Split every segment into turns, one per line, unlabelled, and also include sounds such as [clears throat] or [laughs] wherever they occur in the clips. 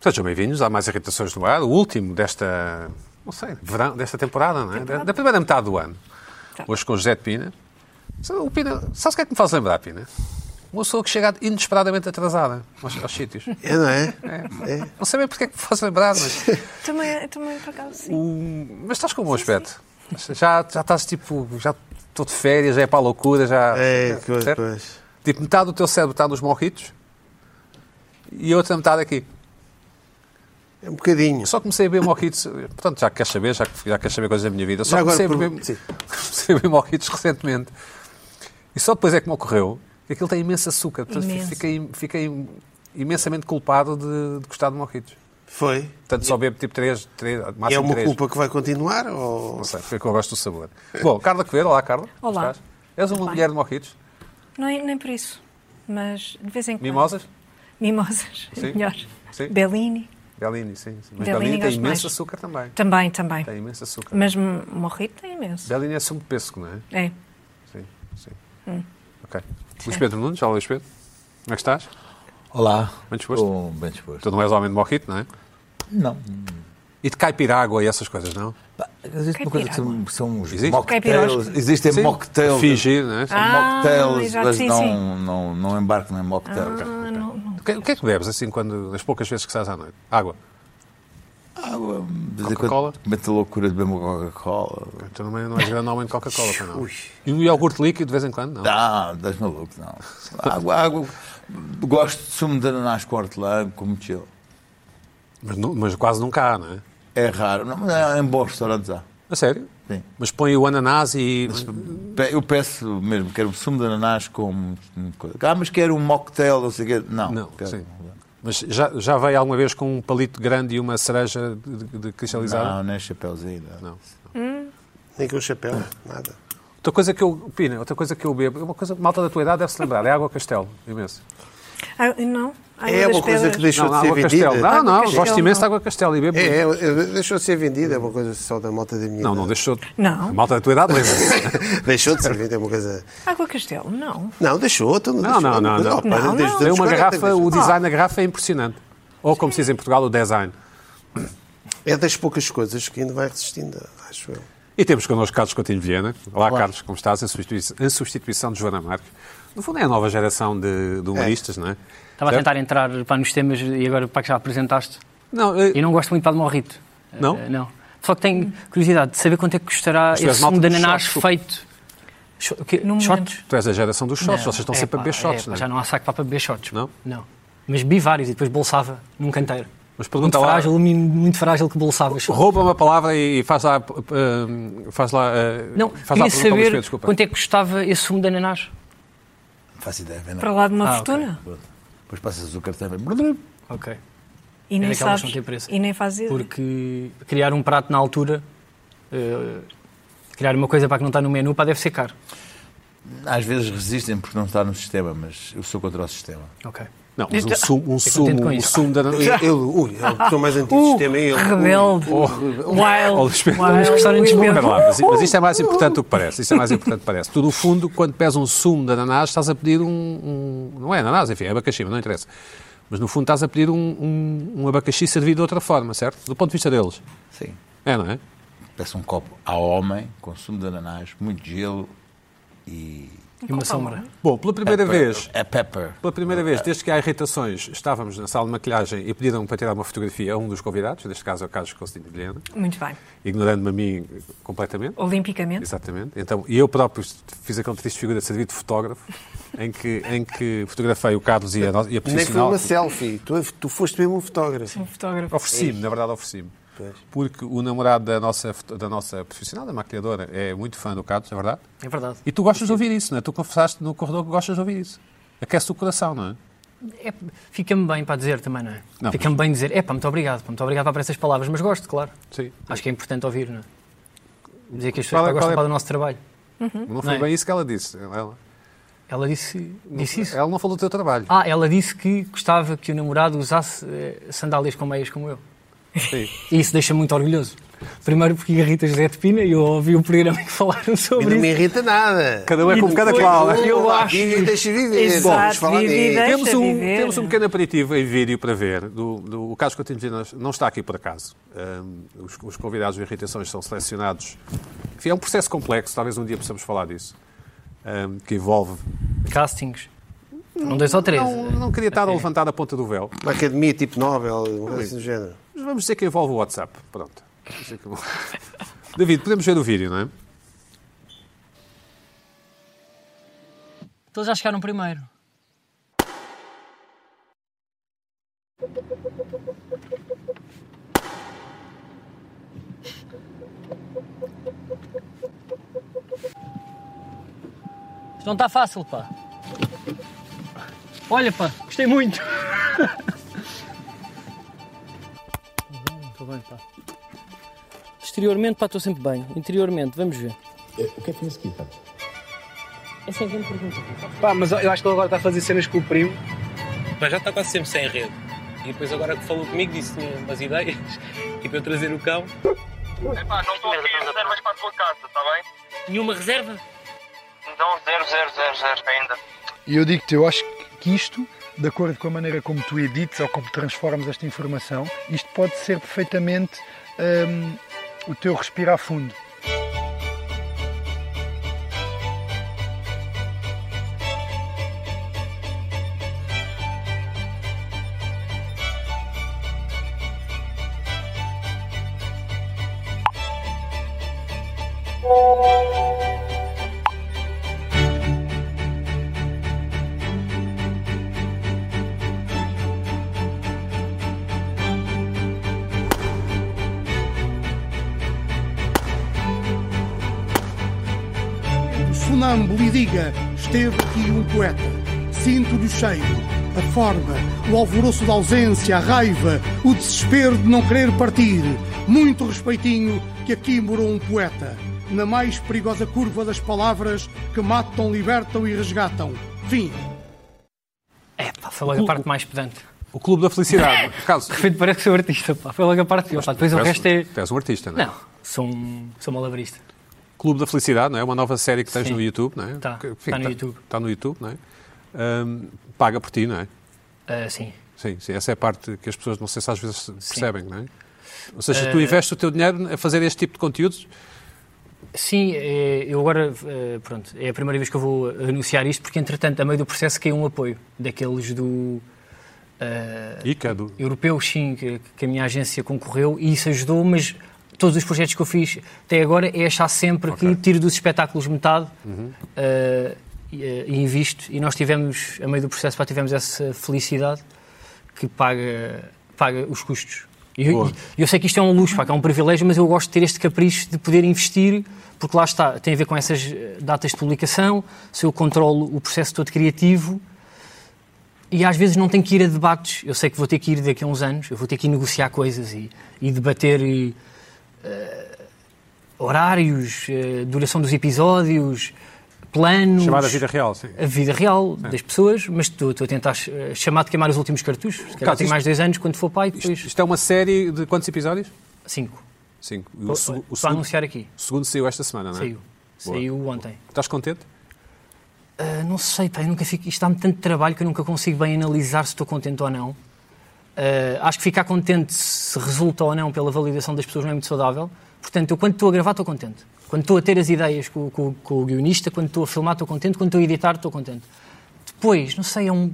Sejam bem-vindos a mais Irritações do Ar, o último desta, não sei, verão, desta temporada, não é? Da, da primeira metade do ano. Hoje com o José de Pina. Sabe, o Pina, sabes o que é que me faz lembrar, Pina? Uma pessoa que chega inesperadamente atrasada aos, aos sítios.
É, não é?
Não sei bem porque é que me faz lembrar, mas,
Também, também por acaso, sim.
o- mas estás com um bom aspecto. Já, já estás tipo, já estou de férias, já é para a loucura, já.
É, que
certo?
pois.
Tipo, metade do teu cérebro está nos morritos e a outra metade aqui.
É um bocadinho.
Eu só comecei a beber mojitos, portanto, já que queres saber, já, que- já queres saber coisas da minha vida, só
Já agora
comecei, a
por-
beber,
sim.
[laughs] comecei a beber mojitos [laughs] recentemente. E só depois é que me ocorreu que aquilo tem imenso açúcar, portanto, fi-
Imenso.
fiquei, fiquei imensamente culpado de, de gostar de mojitos.
Foi.
Portanto, só bebo tipo 3, 3
E é
máximo
uma
3.
culpa que vai continuar? Ou...
Não sei, porque eu gosto do sabor. Bom, Carla Quevedo, olá Carla. como
Olá.
Estás? És uma
bem.
mulher de mojitos?
Não é- nem por isso. Mas de vez em quando.
Mimosas?
Mimosas, [laughs]
Sim.
melhor.
Sim.
Bellini.
Bellini, sim. sim. Mas
Bellini
Bellini, tem
gosto
imenso
mais.
açúcar também.
Também, também.
Tem imenso açúcar.
Mas m- morrito é imenso.
Bellini é sumo de pêssego, não é?
É.
Sim, sim. Ok. Luís Pedro Nunes, olá Luís Pedro. Como é que estás?
Olá.
Bem disposto?
Estou bem disposto.
Tu não és homem de mojito, não é?
Não.
E de caipirágua e essas coisas, não?
Pá, Existe uma coisa que são, são os
Existe?
mocktails.
Caipirosca.
Existem
Sim.
mocktails.
Fingir, não é?
Ah,
mocktails,
exato,
mas
sim,
não,
sim.
Não, não embarco em mocktails.
Ah, não, não.
O que, o que é que bebes, assim, quando, nas poucas vezes que estás à noite? Água.
Água, Ah, de vez em
Coca-Cola?
quando Comete a loucura de beber uma Coca-Cola.
Tu não, é, não és grande homem de Coca-Cola, pois não.
Ui.
E um iogurte líquido de vez em quando, não?
Não, estás maluco, Ah, não. Água, água. Gosto de sumo de ananás com hortelã, como chill.
Mas, nu- mas quase nunca há, não é?
É raro. Não, mas é em bons restaurantes há.
A sério?
Sim.
Mas põe o ananás e...
Pe- Eu peço mesmo, quero um sumo de ananás com. coisa. Ah, mas quero um mocktail, não sei o quê. Não,
Não,
quero- um
sim. Mas já, já veio alguma vez com um palito grande e uma cereja de, de cristalizada?
Não, não é chapéuzinho. não.
Não.
Nem com o chapéu, nada.
Outra coisa que eu, Pina, outra coisa que eu bebo, é uma coisa que malta da tua idade deve-se lembrar, é água castelo, imenso.
Ah, não. Água
É
das
uma coisa
pedras.
que deixou
não,
de ser
água
vendida.
castelo. Não,
Água
não,
Castelo,
gosto imenso de
não.
água castelo e bebo.
É,
muito.
é, é, deixou de ser vendida, é uma coisa só da malta da minha
Não, não
idade.
deixou. de-
Não.
A malta da tua idade lembra.
[laughs] Deixou de ser vendida, é uma coisa...
Água Castelo, não.
Não, deixou, então não é
Não, não,
deixou.
não. não.
pá,
Não,
desde os
Tem
anos
uma
40
garrafa,
mesmo.
o design da garrafa é impressionante. Ou como se diz em Portugal, o design.
É das poucas coisas que ainda vai resistindo, acho [laughs] eu.
E temos connosco Carlos Coutinho Vilhena. Olá,
Olá.
Carlos, como estás? Em substituição, em substituição de Joana Marques. No fundo é a nova geração de, de humoristas, não é?
Estava a
Certo?
tentar entrar pá, nos temas e agora para que já apresentaste.
Não, eh,
Eu não gosto muito pá, de morrito.
Não?
Eh, não. Só que tenho curiosidade de saber quanto é que custará
Mas tu és
esse sumo
malta
de
dos
ananás
shots, tu-
feito. Sho- o quê?
No momento.
shots?
tu és a geração dos shots, vocês estão
É,
sempre a
pá,
beber shots,
é, pá,
não é?
Já não há saco para beber shots.
Não?
Não. Mas bebi vários e depois bolsava num canteiro.
Mas pergunta
Muito
lá,
frágil, um menino muito frágil que bolsava. os shots.
rouba uma palavra e faz lá, eh, faz lá, eh,
Não,
faz lá a pergunta ao Luís
queria
Pedro,
saber
desculpa.
quanto é que custava esse sumo de ananás.
Não faço ideia, vem lá.
Para lá de uma
Ah, ok.
fortuna.
Pronto. Depois passas o cartão e
Ok.
E nem
daquelas É que
sabes.
não têm preço.
E nem fazes ideia.
Porque criar um prato na altura, eh, criar uma coisa para que não está no menu, pá, deve ser caro.
Às vezes resistem porque não está no sistema, mas eu sou contra o sistema.
Ok.
Não, mas um sumo, um
contente
sumo,
com
um
isso. [laughs]
sumo da...
Ele, ele, ui, é a pessoa mais antissistema, é ele.
Rebelde.
Oh,
Wild.
Luís Pedro,
Wild.
Os restaurantes
Luís
bons.
Pedro.
Espera lá, mas, mas isto é mais importante do que parece. Isto é mais importante do que parece. Tu, no fundo, quando pedes um sumo de ananás, estás a pedir um. um- não é ananás, enfim, é abacaxi, mas não interessa. Mas, no fundo, estás a pedir um, um- um abacaxi servido de outra forma, certo? Do ponto de vista deles.
Sim.
É, não é?
Peço um copo ao homem, consumo de ananás, muito gelo e.
E uma sombra.
Bom, pela primeira
pepper.
vez.
É pepper.
Pela
Ah,
primeira vez, desde que há irritações, estávamos na sala de maquilhagem e pediram para tirar uma fotografia a um dos convidados, neste caso é o Carlos Constantino de Vilhena,
Muito bem.
ignorando-me a mim completamente.
Olimpicamente.
Exatamente. Então, e eu próprio fiz aquela triste figura de servir de fotógrafo, em que, em que fotografei o Carlos e a, no- e a
Nem foi
profissional.
uma selfie. Tu, tu foste mesmo um fotógrafo.
Um fotógrafo.
Ofereci-me, na verdade, ofereci-me.
Pois.
Porque o namorado da nossa, foto- da nossa profissional, da maquilhadora, é muito fã do Carlos, é verdade?
É verdade.
E tu gostas de ouvir isso, não é? Tu confessaste no corredor que gostas de ouvir isso. Aquece o coração, não é?
É- Fica-me bem para dizer também, não é?
Não,
Fica-me bem dizer, é pá, muito obrigado, pá, muito obrigado pá, por essas palavras, mas gosto, claro.
Sim.
Acho que é importante ouvir, não é? Dizer que as
Qual
pessoas
é- qual
pá, gostam
é-
pá, do nosso trabalho.
Não
Não
foi
é?
bem isso que ela disse. Ela,
Ela disse, disse isso.
ela não falou do teu trabalho.
Ah, ela disse que gostava que o namorado usasse eh, sandálias com meias como eu.
Sim.
E isso deixa muito orgulhoso. Primeiro porque irrita José de Pina e [laughs] eu ouvi o programa em que falaram
E não
sobre
me
isso.
irrita nada.
Cada um é
E
como cada
depois-
qual.
Eu acho-
E deixa viver.
Exato,
Vamos falar
vive e
disso.
deixa
Temos um,
viver.
temos um pequeno aperitivo em vídeo para ver. Do, do, o Carlos Coutinho de Vilhena não está aqui por acaso. Ahm, os, os convidados de irritações são selecionados. Enfim, é um processo complexo, talvez um dia possamos falar disso. Ahm, que envolve.
Castings. Um, dois ou três.
Não, não queria estar a levantar a ponta do véu.
Uma academia tipo Nobel, uma coisa assim do género.
Mas vamos dizer que envolve o WhatsApp. Pronto. Vamos dizer que envolve- David, podemos ver o vídeo, não é?
Todos já chegaram primeiro. Isto não está fácil, pá. Olha, pá, gostei muito. Estou bem, pá. Exteriormente, pá, estou sempre bem. Interiormente, vamos ver.
O que é que tinha seguido?
É sempre uma pergunta.
Pá, mas eu acho que ele agora está a fazer cenas com o primo. Mas já está quase sempre sem rede. E depois agora que falou comigo, disse-me umas ideias. [laughs] E para eu trazer o cão.
Pá, não estou aqui reservas para a tua casa, está bem?
Nenhuma reserva?
Não, zero, zero, zero, zero ainda.
E eu digo-te, eu acho que isto, de acordo com a maneira como tu edites ou como transformas esta informação, isto pode ser perfeitamente hum, o teu respirar fundo.
sonâmbulo e diga: Esteve aqui um poeta. Sinto-lhe o cheiro, a forma, o alvoroço da ausência, a raiva, o desespero de não querer partir. Muito respeitinho que aqui morou um poeta. Na mais perigosa curva das palavras que matam, libertam e resgatam. Fim.
É, pá, foi logo a parte mais pedante.
O Clube da Felicidade. Carlos,
De repente parece que sou artista, pá. Foi logo a parte pior. pá. Depois o
tu és-
resto é.
tu és um artista, não é?
Não, sou um, sou malabarista.
Clube da Felicidade, não é? Uma nova série que tens
Sim.
no YouTube, não é?
Tá,
Que-
tá no YouTube.
Está no YouTube, não é? Ahm, paga por ti, não é?
Ah, sim.
Sim, sim, essa é a parte que as pessoas não sei se às vezes percebem, não é? Ou seja,
Eh,
tu investes o teu dinheiro a fazer este tipo de conteúdos,
Sim, é, eu agora, eh, pronto, é a primeira vez que eu vou anunciar isto, porque entretanto, a meio do processo caiu um apoio daqueles do. eh,
ICA, é do,
europeu, sim, que, que a minha agência concorreu e isso ajudou, mas todos os projetos que eu fiz até agora é achar sempre
Ok.
que tiro dos espetáculos metade eh, e, eh, e invisto. E nós tivemos, a meio do processo, pá, tivemos essa felicidade que paga, paga os custos. E eu,
Boa.
e eu sei que isto é um luxo, pá, que é um privilégio, mas eu gosto de ter este capricho de poder investir, porque lá está, tem a ver com essas eh, datas de publicação, se eu controlo o processo todo criativo, e às vezes não tenho que ir a debates. Eu sei que vou ter que ir daqui a uns anos, eu vou ter que ir negociar coisas e, e debater e, eh, horários, eh, duração dos episódios, planos.
chamada Vida Real, sim.
a vida real
É.
das pessoas, mas estou estou a tentar eh, chamar de queimar os últimos cartuchos. Se calhar
Carlos,
tenho
isto-
mais dois anos quando for pai, depois
Isto é uma série de quantos episódios?
cinco.
Cinco. E
Vou-
O, segu- o
Estou a
segundo,
anunciar aqui.
o segundo saiu esta semana, não é?
um Saiu.
Boa.
Saiu ontem.
Estás contente?
Ah, não sei, pá, eu nunca fico, isto dá-me tanto trabalho que eu nunca consigo bem analisar se estou contente ou não. Ah, acho que ficar contente se resulta ou não pela validação das pessoas não é muito saudável. Portanto, eu quando estou a gravar estou contente. Quando estou a ter as ideias com, com- com o guionista, quando estou a filmar estou contente, quando estou a editar estou contente. Depois, não sei, é um,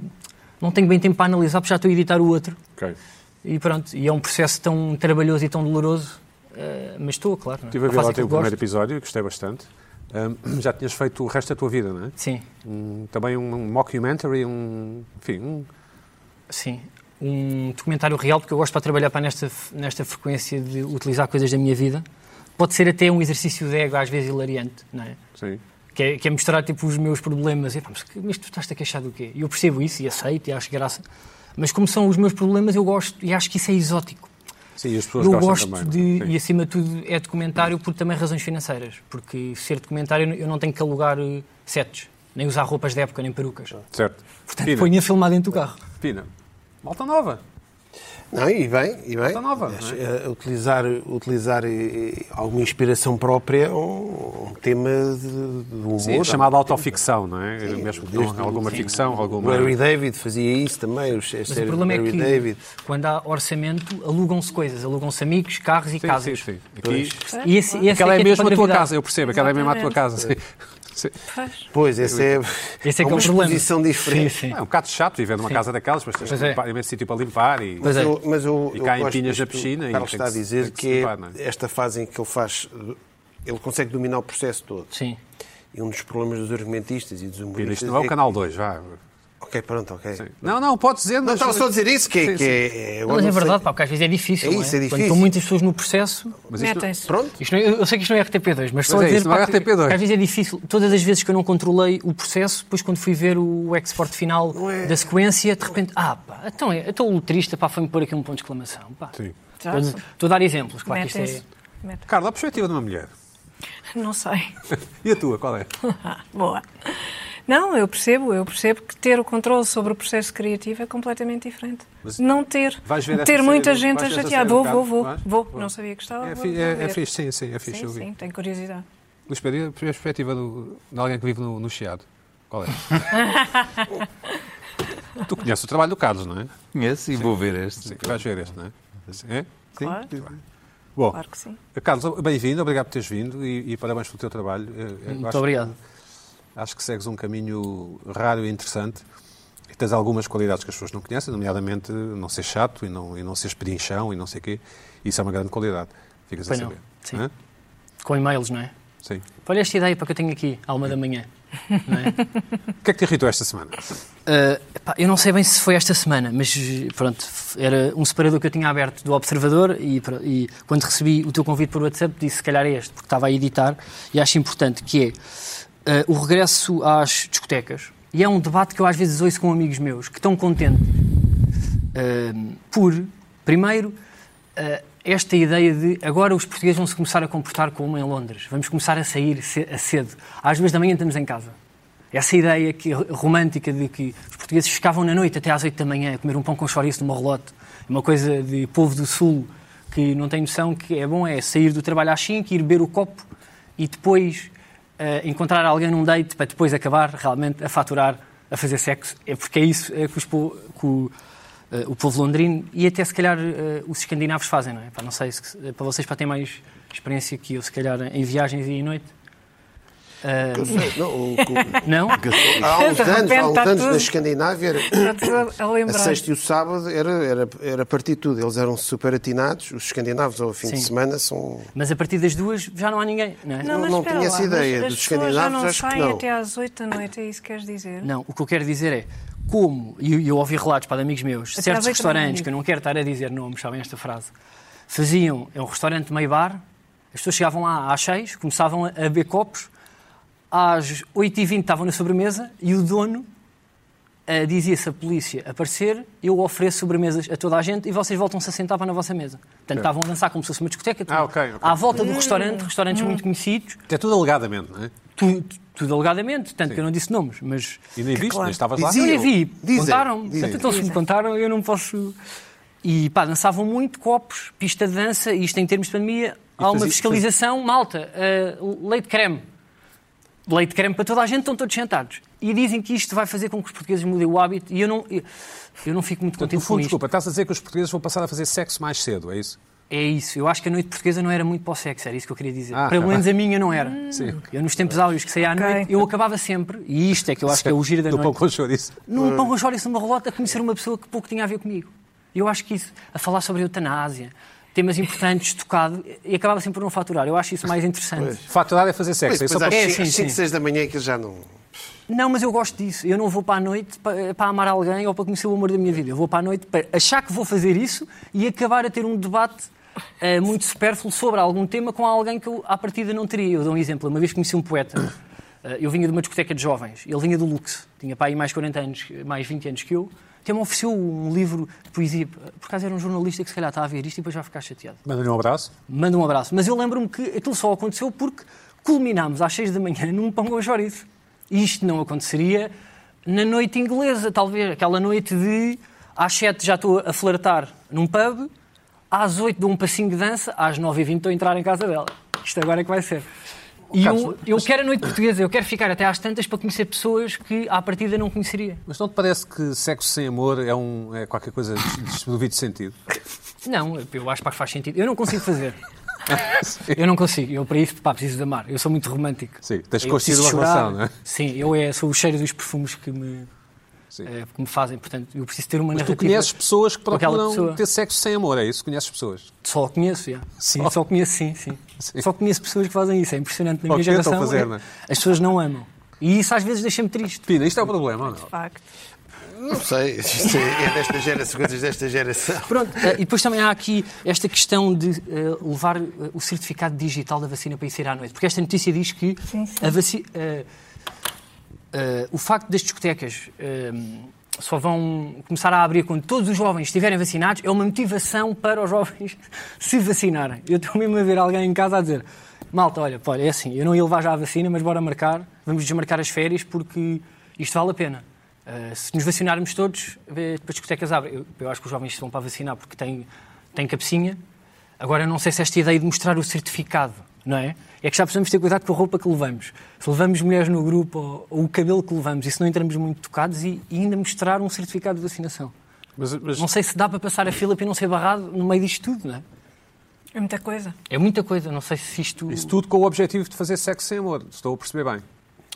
não tenho bem tempo para analisar porque já estou a editar o outro.
Ok.
E pronto, e é um processo tão trabalhoso e tão doloroso. ah, mas estou, claro. não é?
Estive a ver
Faço
lá o teu
aquilo que gosto.
primeiro episódio, gostei bastante. Ahm, [clears throat] já tinhas feito o resto da tua vida, não é?
Sim.
Um- também um mockumentary, um. Enfim, um.
Sim, um documentário real, porque eu gosto para trabalhar para nesta, nesta frequência de utilizar coisas da minha vida. Pode ser até um exercício de ego, às vezes hilariante, não é?
Sim.
Que é, que é mostrar tipo, os meus problemas. E, pá, mas, que- mas tu estás a queixar do quê? E eu percebo isso e aceito e acho graça. Mas como são os meus problemas, eu gosto e acho que isso é exótico.
Sim, e as pessoas
eu
gostam
gosto
também.
de,
não é? Sim.
e acima de tudo, é documentário por também razões financeiras. Porque ser documentário eu não tenho que alugar eh, sets, nem usar roupas de época, nem perucas.
Certo.
Portanto,
Pina,
ponho a filmar dentro do carro.
Pina, malta nova.
Não, e bem, e bem.
Está nova,
Aliás,
não
eh, utilizar, utilizar eh, alguma inspiração própria, um, um tema de, de humor.
Sim, é chamada autoficção, não é? Mesmo com alguma ficção,
é O
alguma.
Larry David fazia isso também, os
Mas o problema é
Larry
que,
David.
quando há orçamento, alugam-se coisas, alugam-se amigos, carros
Sim,
e casas.
sim, sim. Aqui,
E esse, esse
aquela é,
que
mesmo a tua
quando
casa, eu percebo, aquela é mesmo a tua casa. Sim. Sim.
Pois.
Pois, essa é, [laughs]
Esse é que é
uma
o problema.
exposição diferente.
Sim, sim.
É um bocado chato viver numa casa daquelas, mas tens
Pois
que
é.
limpar, imenso sítio para limpar e.
Mas
é.
eu, mas eu,
E
eu
caem
gosto
pinhas na
disto que
piscina
O
e
Carlos
tem
está a
que se-
dizer
tem que se
que é
limpar, não é?
esta fase em que ele faz. Ele consegue dominar o processo todo.
Sim.
E um dos problemas dos argumentistas e dos
Pina,
humoristas.
isto não é o
que-
canal 2, vá.
Ok, pronto, ok.
Não, não, podes dizer.
Não,
mas-
estava só a dizer isso, que, é-
Sim,
que
sim.
é. eu
Mas
não
é
sei-
verdade, pá, porque às vezes é difícil.
É
não
isso, é
Quando
difícil.
estão muitas pessoas no processo.
Mas isto-
Metem-se.
Pronto,
Isto não- eu eu sei que isto não é RTP2, mas só
Mas
a
é
dizer
isso, não é
pá, que-
RTP2.
que às vezes é difícil. Todas as vezes que eu não controlei o processo, depois quando fui ver o export final
é.
da sequência, de repente, ah, pá, então, é, então o letrista pá, foi-me pôr aqui um ponto de exclamação. Pá.
Sim.
Já
Estou- Estou a dar exemplos, claro que isto é.
Metem-se. Metem-
Carla, a perspectiva de uma mulher.
Não sei.
E a tua, qual é?
Ah, boa. Não, eu percebo, eu percebo que ter o controle sobre o processo criativo é completamente diferente.
Mas
não ter,
vais ver essa
ter
série
muita
do-
gente
vais
a
ver essa
chatear.
série um do
Vou, vou,
Carlos?
vou,
Vais?
vou.
Boa.
Não sabia que estava.
É,
vou-
fi-
vou
é, é
ver.
fixe, sim, sim, é fixe.
Sim,
eu vi.
sim, tenho curiosidade.
Luís Pedro, e a perspectiva do- de alguém que vive no, no Chiado? Qual
[laughs]
é? tu conheces o trabalho do Carlos, não é?
Conheço e vou ver este.
Sim, vais ver este, não é? Sim. é?
Sim.
Claro.
Bom, eh,
Claro
[coughs]
que sim.
Carlos, bem-vindo, obrigado por teres vindo e, e parabéns pelo teu trabalho. Eu- eu
Muito
acho-
obrigado.
Acho que segues um caminho raro e interessante e tens algumas qualidades que as pessoas não conhecem, nomeadamente não ser chato e não, e não seres pedinchão e não sei o quê. Isso é uma grande qualidade. Ficas
Pois
a
não,
saber.
sim.
Hã?
Com e-mails, não é?
Sim.
Olha esta ideia para que eu tenho aqui, à uma da manhã. Não é?
O que é que te irritou esta semana?
Uh, epá, eu não sei bem se foi esta semana, mas pronto, f- era um separador que eu tinha aberto do Observador e, pr- e quando recebi o teu convite por WhatsApp disse se calhar é este, porque estava a editar e acho importante que é uh, o regresso às discotecas. E é um debate que eu às vezes ouço com amigos meus que estão contentes uh, por, primeiro, uh, esta ideia de agora os portugueses vão se começar a comportar como em Londres, vamos começar a sair ce- a cedo. Às duas da manhã estamos em casa. Essa é ideia que, romântica de que os portugueses ficavam na noite até às 8 da manhã a comer um pão com chouriço numa relote, uma coisa de povo do Sul que não tem noção que é bom é sair do trabalho às 5, ir beber o copo e depois eh, encontrar alguém num date para depois acabar realmente a faturar, a fazer sexo. É porque é isso eh, que, os po- que o, eh, o povo londrino e até se calhar eh, os escandinavos fazem, não é? Pá, não sei, se- eh, para vocês para ter mais experiência que eu, se calhar, em viagens e em noite. Eh,
eu sei, não, o- o-
não?
há uns
De repente
anos, há uns
está
anos
tudo-
na Escandinávia era.
Está-te a
A
lembrar.
sexta e o sábado era, era, era partir tudo. Eles eram super atinados. Os escandinavos ao fim de
Sim.
semana são.
Mas a partir das duas já não há ninguém, não é?
Eu não
espera
tinha essa
mas
ideia.
As
Dos
pessoas já
escandinavos,
não
acho que
saem
não.
até às 8 da noite, é isso que queres dizer?
Não, o que eu quero dizer é como, e e eu ouvi relatos para de amigos meus,
Até às
certos
oito da manhã,
restaurantes, que eu não quero estar a dizer nomes, sabem esta frase, faziam, é um restaurante meio bar, as pessoas chegavam lá às seis, começavam a a beber copos, às 8h20 estavam na sobremesa e o dono ah, dizia se a polícia aparecer, eu ofereço sobremesas a toda a gente e vocês voltam-se a sentar para na vossa mesa. Portanto, estavam a dançar como se fosse uma discoteca. tudo.
Ah, ok, ok.
À volta do restaurante, restaurantes muito conhecidos,
É tudo alegadamente, não é?
tu- tu- tudo alegadamente, tanto que eu não disse nomes, mas...
E nem viste, nem estavas lá.
Dizia-
Eu nem vi.
Dizem,
Contaram-me.
dizem.
Portanto, Então, se me contaram, eu não posso. E pá, dançavam muito, copos, pista de dança, e isto em termos de pandemia, há uma
fazia-
fiscalização, malta, ah, leite creme. Leite creme para toda a gente, estão todos sentados. E dizem que isto vai fazer com que os portugueses mudem o hábito, e eu não, eu, eu não fico muito
No
contente
fundo,
com isto.
desculpa, estás a dizer que os portugueses vão passar a fazer sexo mais cedo, é isso?
É isso, eu acho que a noite portuguesa não era muito para o sexo, era isso que eu queria dizer.
Ah,
Pelo
tá
menos a minha não era.
Sim.
Eu nos tempos áureos que saía à
Ok.
noite, eu acabava sempre, e isto é que eu acho que é o giro da
Do
noite.
pão com chouriço.
num pão com chouriço numa relota a conhecer uma pessoa que pouco tinha a ver comigo. Eu acho que isso, a falar sobre eutanásia, temas importantes, tocado, e acabava sempre por não faturar. Eu acho isso mais interessante.
Faturar é fazer sexo. É
Depois
só para...
às
É,
5,
sim, sim.
6 da manhã que eles já não.
Não, mas eu gosto disso. Eu não vou para a noite para, para amar alguém ou para conhecer o amor da minha vida. Eu vou para a noite para achar que vou fazer isso e acabar a ter um debate eh, muito supérfluo sobre algum tema com alguém que eu, à partida, não teria. Eu dou um exemplo. Uma vez conheci um poeta. Eh, eu vinha de uma discoteca de jovens. Ele vinha do Lux. Tinha para aí mais 40 anos, mais 20 anos que eu. Até me ofereceu um livro de poesia. Por acaso era um jornalista que se calhar está a ver isto e depois vai ficar chateado
Manda-lhe um abraço.
manda um abraço. Mas eu lembro-me que aquilo só aconteceu porque culminámos às seis da manhã [laughs] num pão com chouriço. E Isto não aconteceria na noite inglesa, talvez, aquela noite de Às 7 já estou a flertar num pub, às 8 dou um passinho de dança, às 9h20 estou a entrar em casa dela. Isto agora é que vai ser. E eu, eu quero a noite portuguesa, eu quero ficar até às tantas para conhecer pessoas que à partida não conheceria.
Mas não te parece que sexo sem amor é, um, é qualquer coisa desprovido de
[laughs]
sentido?
Não, eu acho que faz sentido. Eu não consigo fazer. Eu não consigo, eu para isso pá, preciso de amar, eu sou muito romântico.
Sim, tens
Eu
consciência da
preciso É chorar.
relação, não é?
Sim, eu é, sou o cheiro dos perfumes que me, eh, que me fazem, portanto, eu preciso ter uma
Mas tu
narrativa
conheces pessoas que
com aquela
procuram
pessoa.
ter sexo sem amor, é isso? Conheces pessoas?
Só conheço, já. Sim,
Só?
só conheço, sim, sim.
Sim.
Só conheço pessoas que fazem isso, é impressionante. Na
Ou
minha
que tentam
geração,
fazer,
é-
não é?
as pessoas não amam. E isso às vezes deixa-me triste.
Pina, isto é um problema, ou não?
facto.
Não sei, [laughs] isto é desta geração, coisas desta geração.
Pronto, eh, e depois também há aqui esta questão de eh, levar eh, o certificado digital da vacina para ir sair à noite. Porque esta notícia diz que
Sim, sim.
a vaci- eh, eh, o facto das discotecas eh, só vão começar a abrir quando todos os jovens estiverem vacinados é uma motivação para os [laughs] jovens se vacinarem. Eu estou mesmo a ver alguém em casa a dizer malta, olha, pá, é assim, eu não ia levar já a vacina, mas bora marcar, vamos desmarcar as férias porque isto vale a pena. Eh, se nos vacinarmos todos, eh, depois as discotecas abrem. Eu, eu acho que os jovens estão para vacinar porque têm, têm cabecinha. Agora, eu não sei se esta ideia de mostrar o certificado, não é? É que já precisamos ter cuidado com a roupa que levamos. Se levamos mulheres no grupo ou, ou o cabelo que levamos, e se não entramos muito tocados, e, e ainda mostrar um certificado de vacinação.
Mas, mas-
Não sei se dá para passar a fila para não ser barrado no meio disto tudo, não é?
É muita coisa.
É muita coisa, não sei se isto.
isso tudo com o objetivo de fazer sexo sem amor, estou a perceber bem.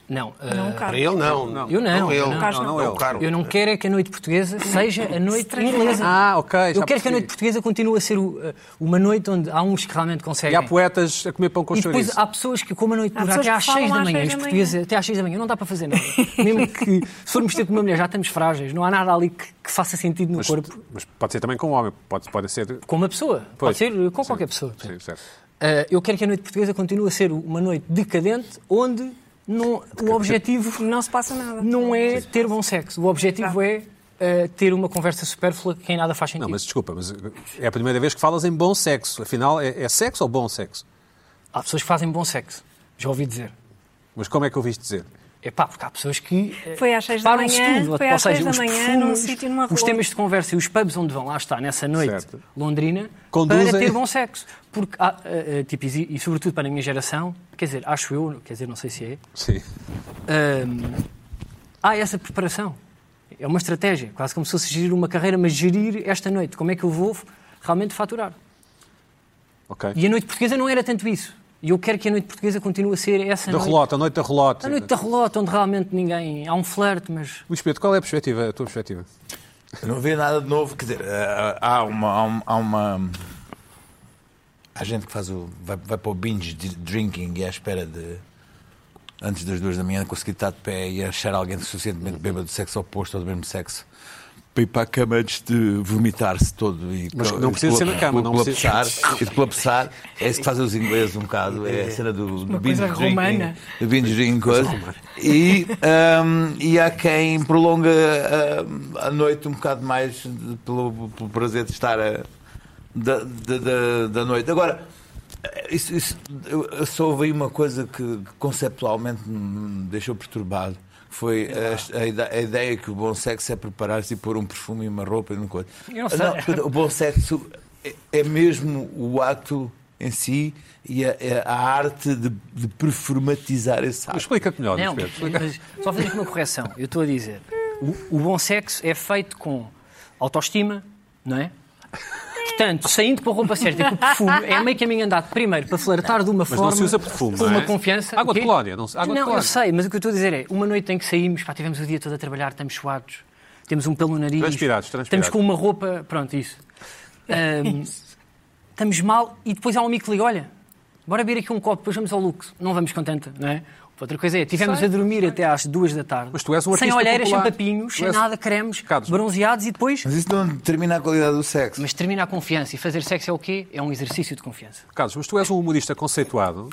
Não, ah,
Não,
Eh, Para
cara.
ele, não.
Eu não,
ele.
eu não.
Carlos, não.
Não,
Não, claro.
eu não quero é que a noite portuguesa seja a noite inglesa.
Ah, ok, já
eu quero que a
percebi.
noite portuguesa continue a ser o- ah, uma noite onde há uns que realmente
E
conseguem.
há poetas a comer pão com
E depois
chouriço.
há pessoas que comem a noite
Há
toda
pessoas
até
que
às 6
falam
da
às
manhã.
seis
Os
da manhã.
portugueses até às 6 da manhã não dá para fazer nada. [laughs] Mesmo que se formos ter com uma mulher já estamos frágeis, não há nada ali que, que faça sentido no
Mas,
corpo.
mas pode ser também com um homem, pode, pode ser...
Com uma pessoa,
Pois.
pode ser com
Sim.
qualquer pessoa.
Sim, certo.
Ah, eu quero que a noite portuguesa continue a ser uma noite decadente onde não- o objetivo
Não se passa nada.
não é ter bom sexo, o
Tá.
objetivo é ah, ter uma conversa supérflua que em nada faz sentido.
Não, mas desculpa, mas é a primeira vez que falas em bom sexo. Afinal, é, é sexo ou bom sexo?
Há pessoas que fazem bom sexo, já ouvi dizer.
Mas como é que ouviste dizer?
É pá, porque há pessoas que. eh,
Foi às seis da
param-se
manhã,
tudo.
foi
Ou
às
seja,
seis da
os
manhã,
perfumes,
num sítio, numa
Os
rua.
temas de conversa e os pubs onde vão, lá está, nessa noite
Certo.
londrina,
Conduzem.
para ter bom sexo. Porque, há, eh, eh, tipo, e, e sobretudo para a minha geração, quer dizer, acho eu, quer dizer, não sei se é,
Sim. [laughs]
Hum, há essa preparação. É uma estratégia, quase como se fosse gerir uma carreira, mas gerir esta noite. Como é que eu vou realmente faturar?
Ok.
E a noite portuguesa não era tanto isso. E eu quero que a noite portuguesa continue a ser essa
Da
noite.
relota, a noite da relota.
A noite da relota, onde realmente ninguém. Há um flerte, mas.
Luís Pedro, qual é a, perspectiva, a tua perspectiva?
Eu não vê nada de novo. Quer dizer, eh, há uma. Há, um- há uma- há gente que faz o. Vai, vai para o binge de- drinking e à espera de. Antes das duas da manhã, conseguir estar de pé e achar alguém suficientemente bêbado do sexo oposto ou do mesmo sexo para ir para a cama antes de vomitar-se todo e
Mas
co-
não
e
precisa ser na
colap-
cama, não precisa-
colapsar e de colapsar. É isso que fazem os ingleses um bocado, é a cena do, do binge
coisa
drinking.
romana.
Do binge drinking coisa. E, ahm, e há quem prolonga ahm, a noite um bocado mais de- pelo, pelo prazer de estar a- da, da, da- da noite. Agora, isso, isso, eu, eu só ouvi uma coisa que conceptualmente me deixou perturbado. que Foi a, a ide- a ideia que o bom sexo é preparar-se e pôr um perfume e uma roupa e uma coisa.
Eu não sei.
Portanto, o bom sexo é, é mesmo o ato em si e a, é a arte de, de performatizar esse ato.
Explica-te melhor,
Não,
Luís Pedro. Explica.
mas só fazer aqui uma correção. Eu estou a dizer. O, o bom sexo é feito com autoestima, não é? Portanto, saindo com a roupa certa e com o perfume, é meio caminho andado primeiro para flertar de uma
não
forma.
se usa perfume,
Com
não
uma
é?
confiança.
Água
o quê?
de colónia, não se- água de
Não, eu
colónia.
sei, mas o que eu estou a dizer é: uma noite em que saímos, pá, tivemos o dia todo a trabalhar, estamos suados, temos um pelo no nariz,
Transpirados, transpirados.
estamos com uma roupa. Pronto, isso. Ahm, estamos mal e depois há um amigo que liga, olha, bora beber aqui um copo, depois vamos ao luxo. Não vamos contente, não é? Outra coisa é, tivemos a dormir até às duas da tarde.
Mas tu és um
Sem
artista
olheiras,
popular.
sem papinhos,
Tu
sem
és-
nada, cremes,
Carlos.
bronzeados e depois...
Mas isso não determina a qualidade do sexo.
Mas termina a confiança. E fazer sexo é o quê? É um exercício de confiança.
Carlos, mas tu és um humorista conceituado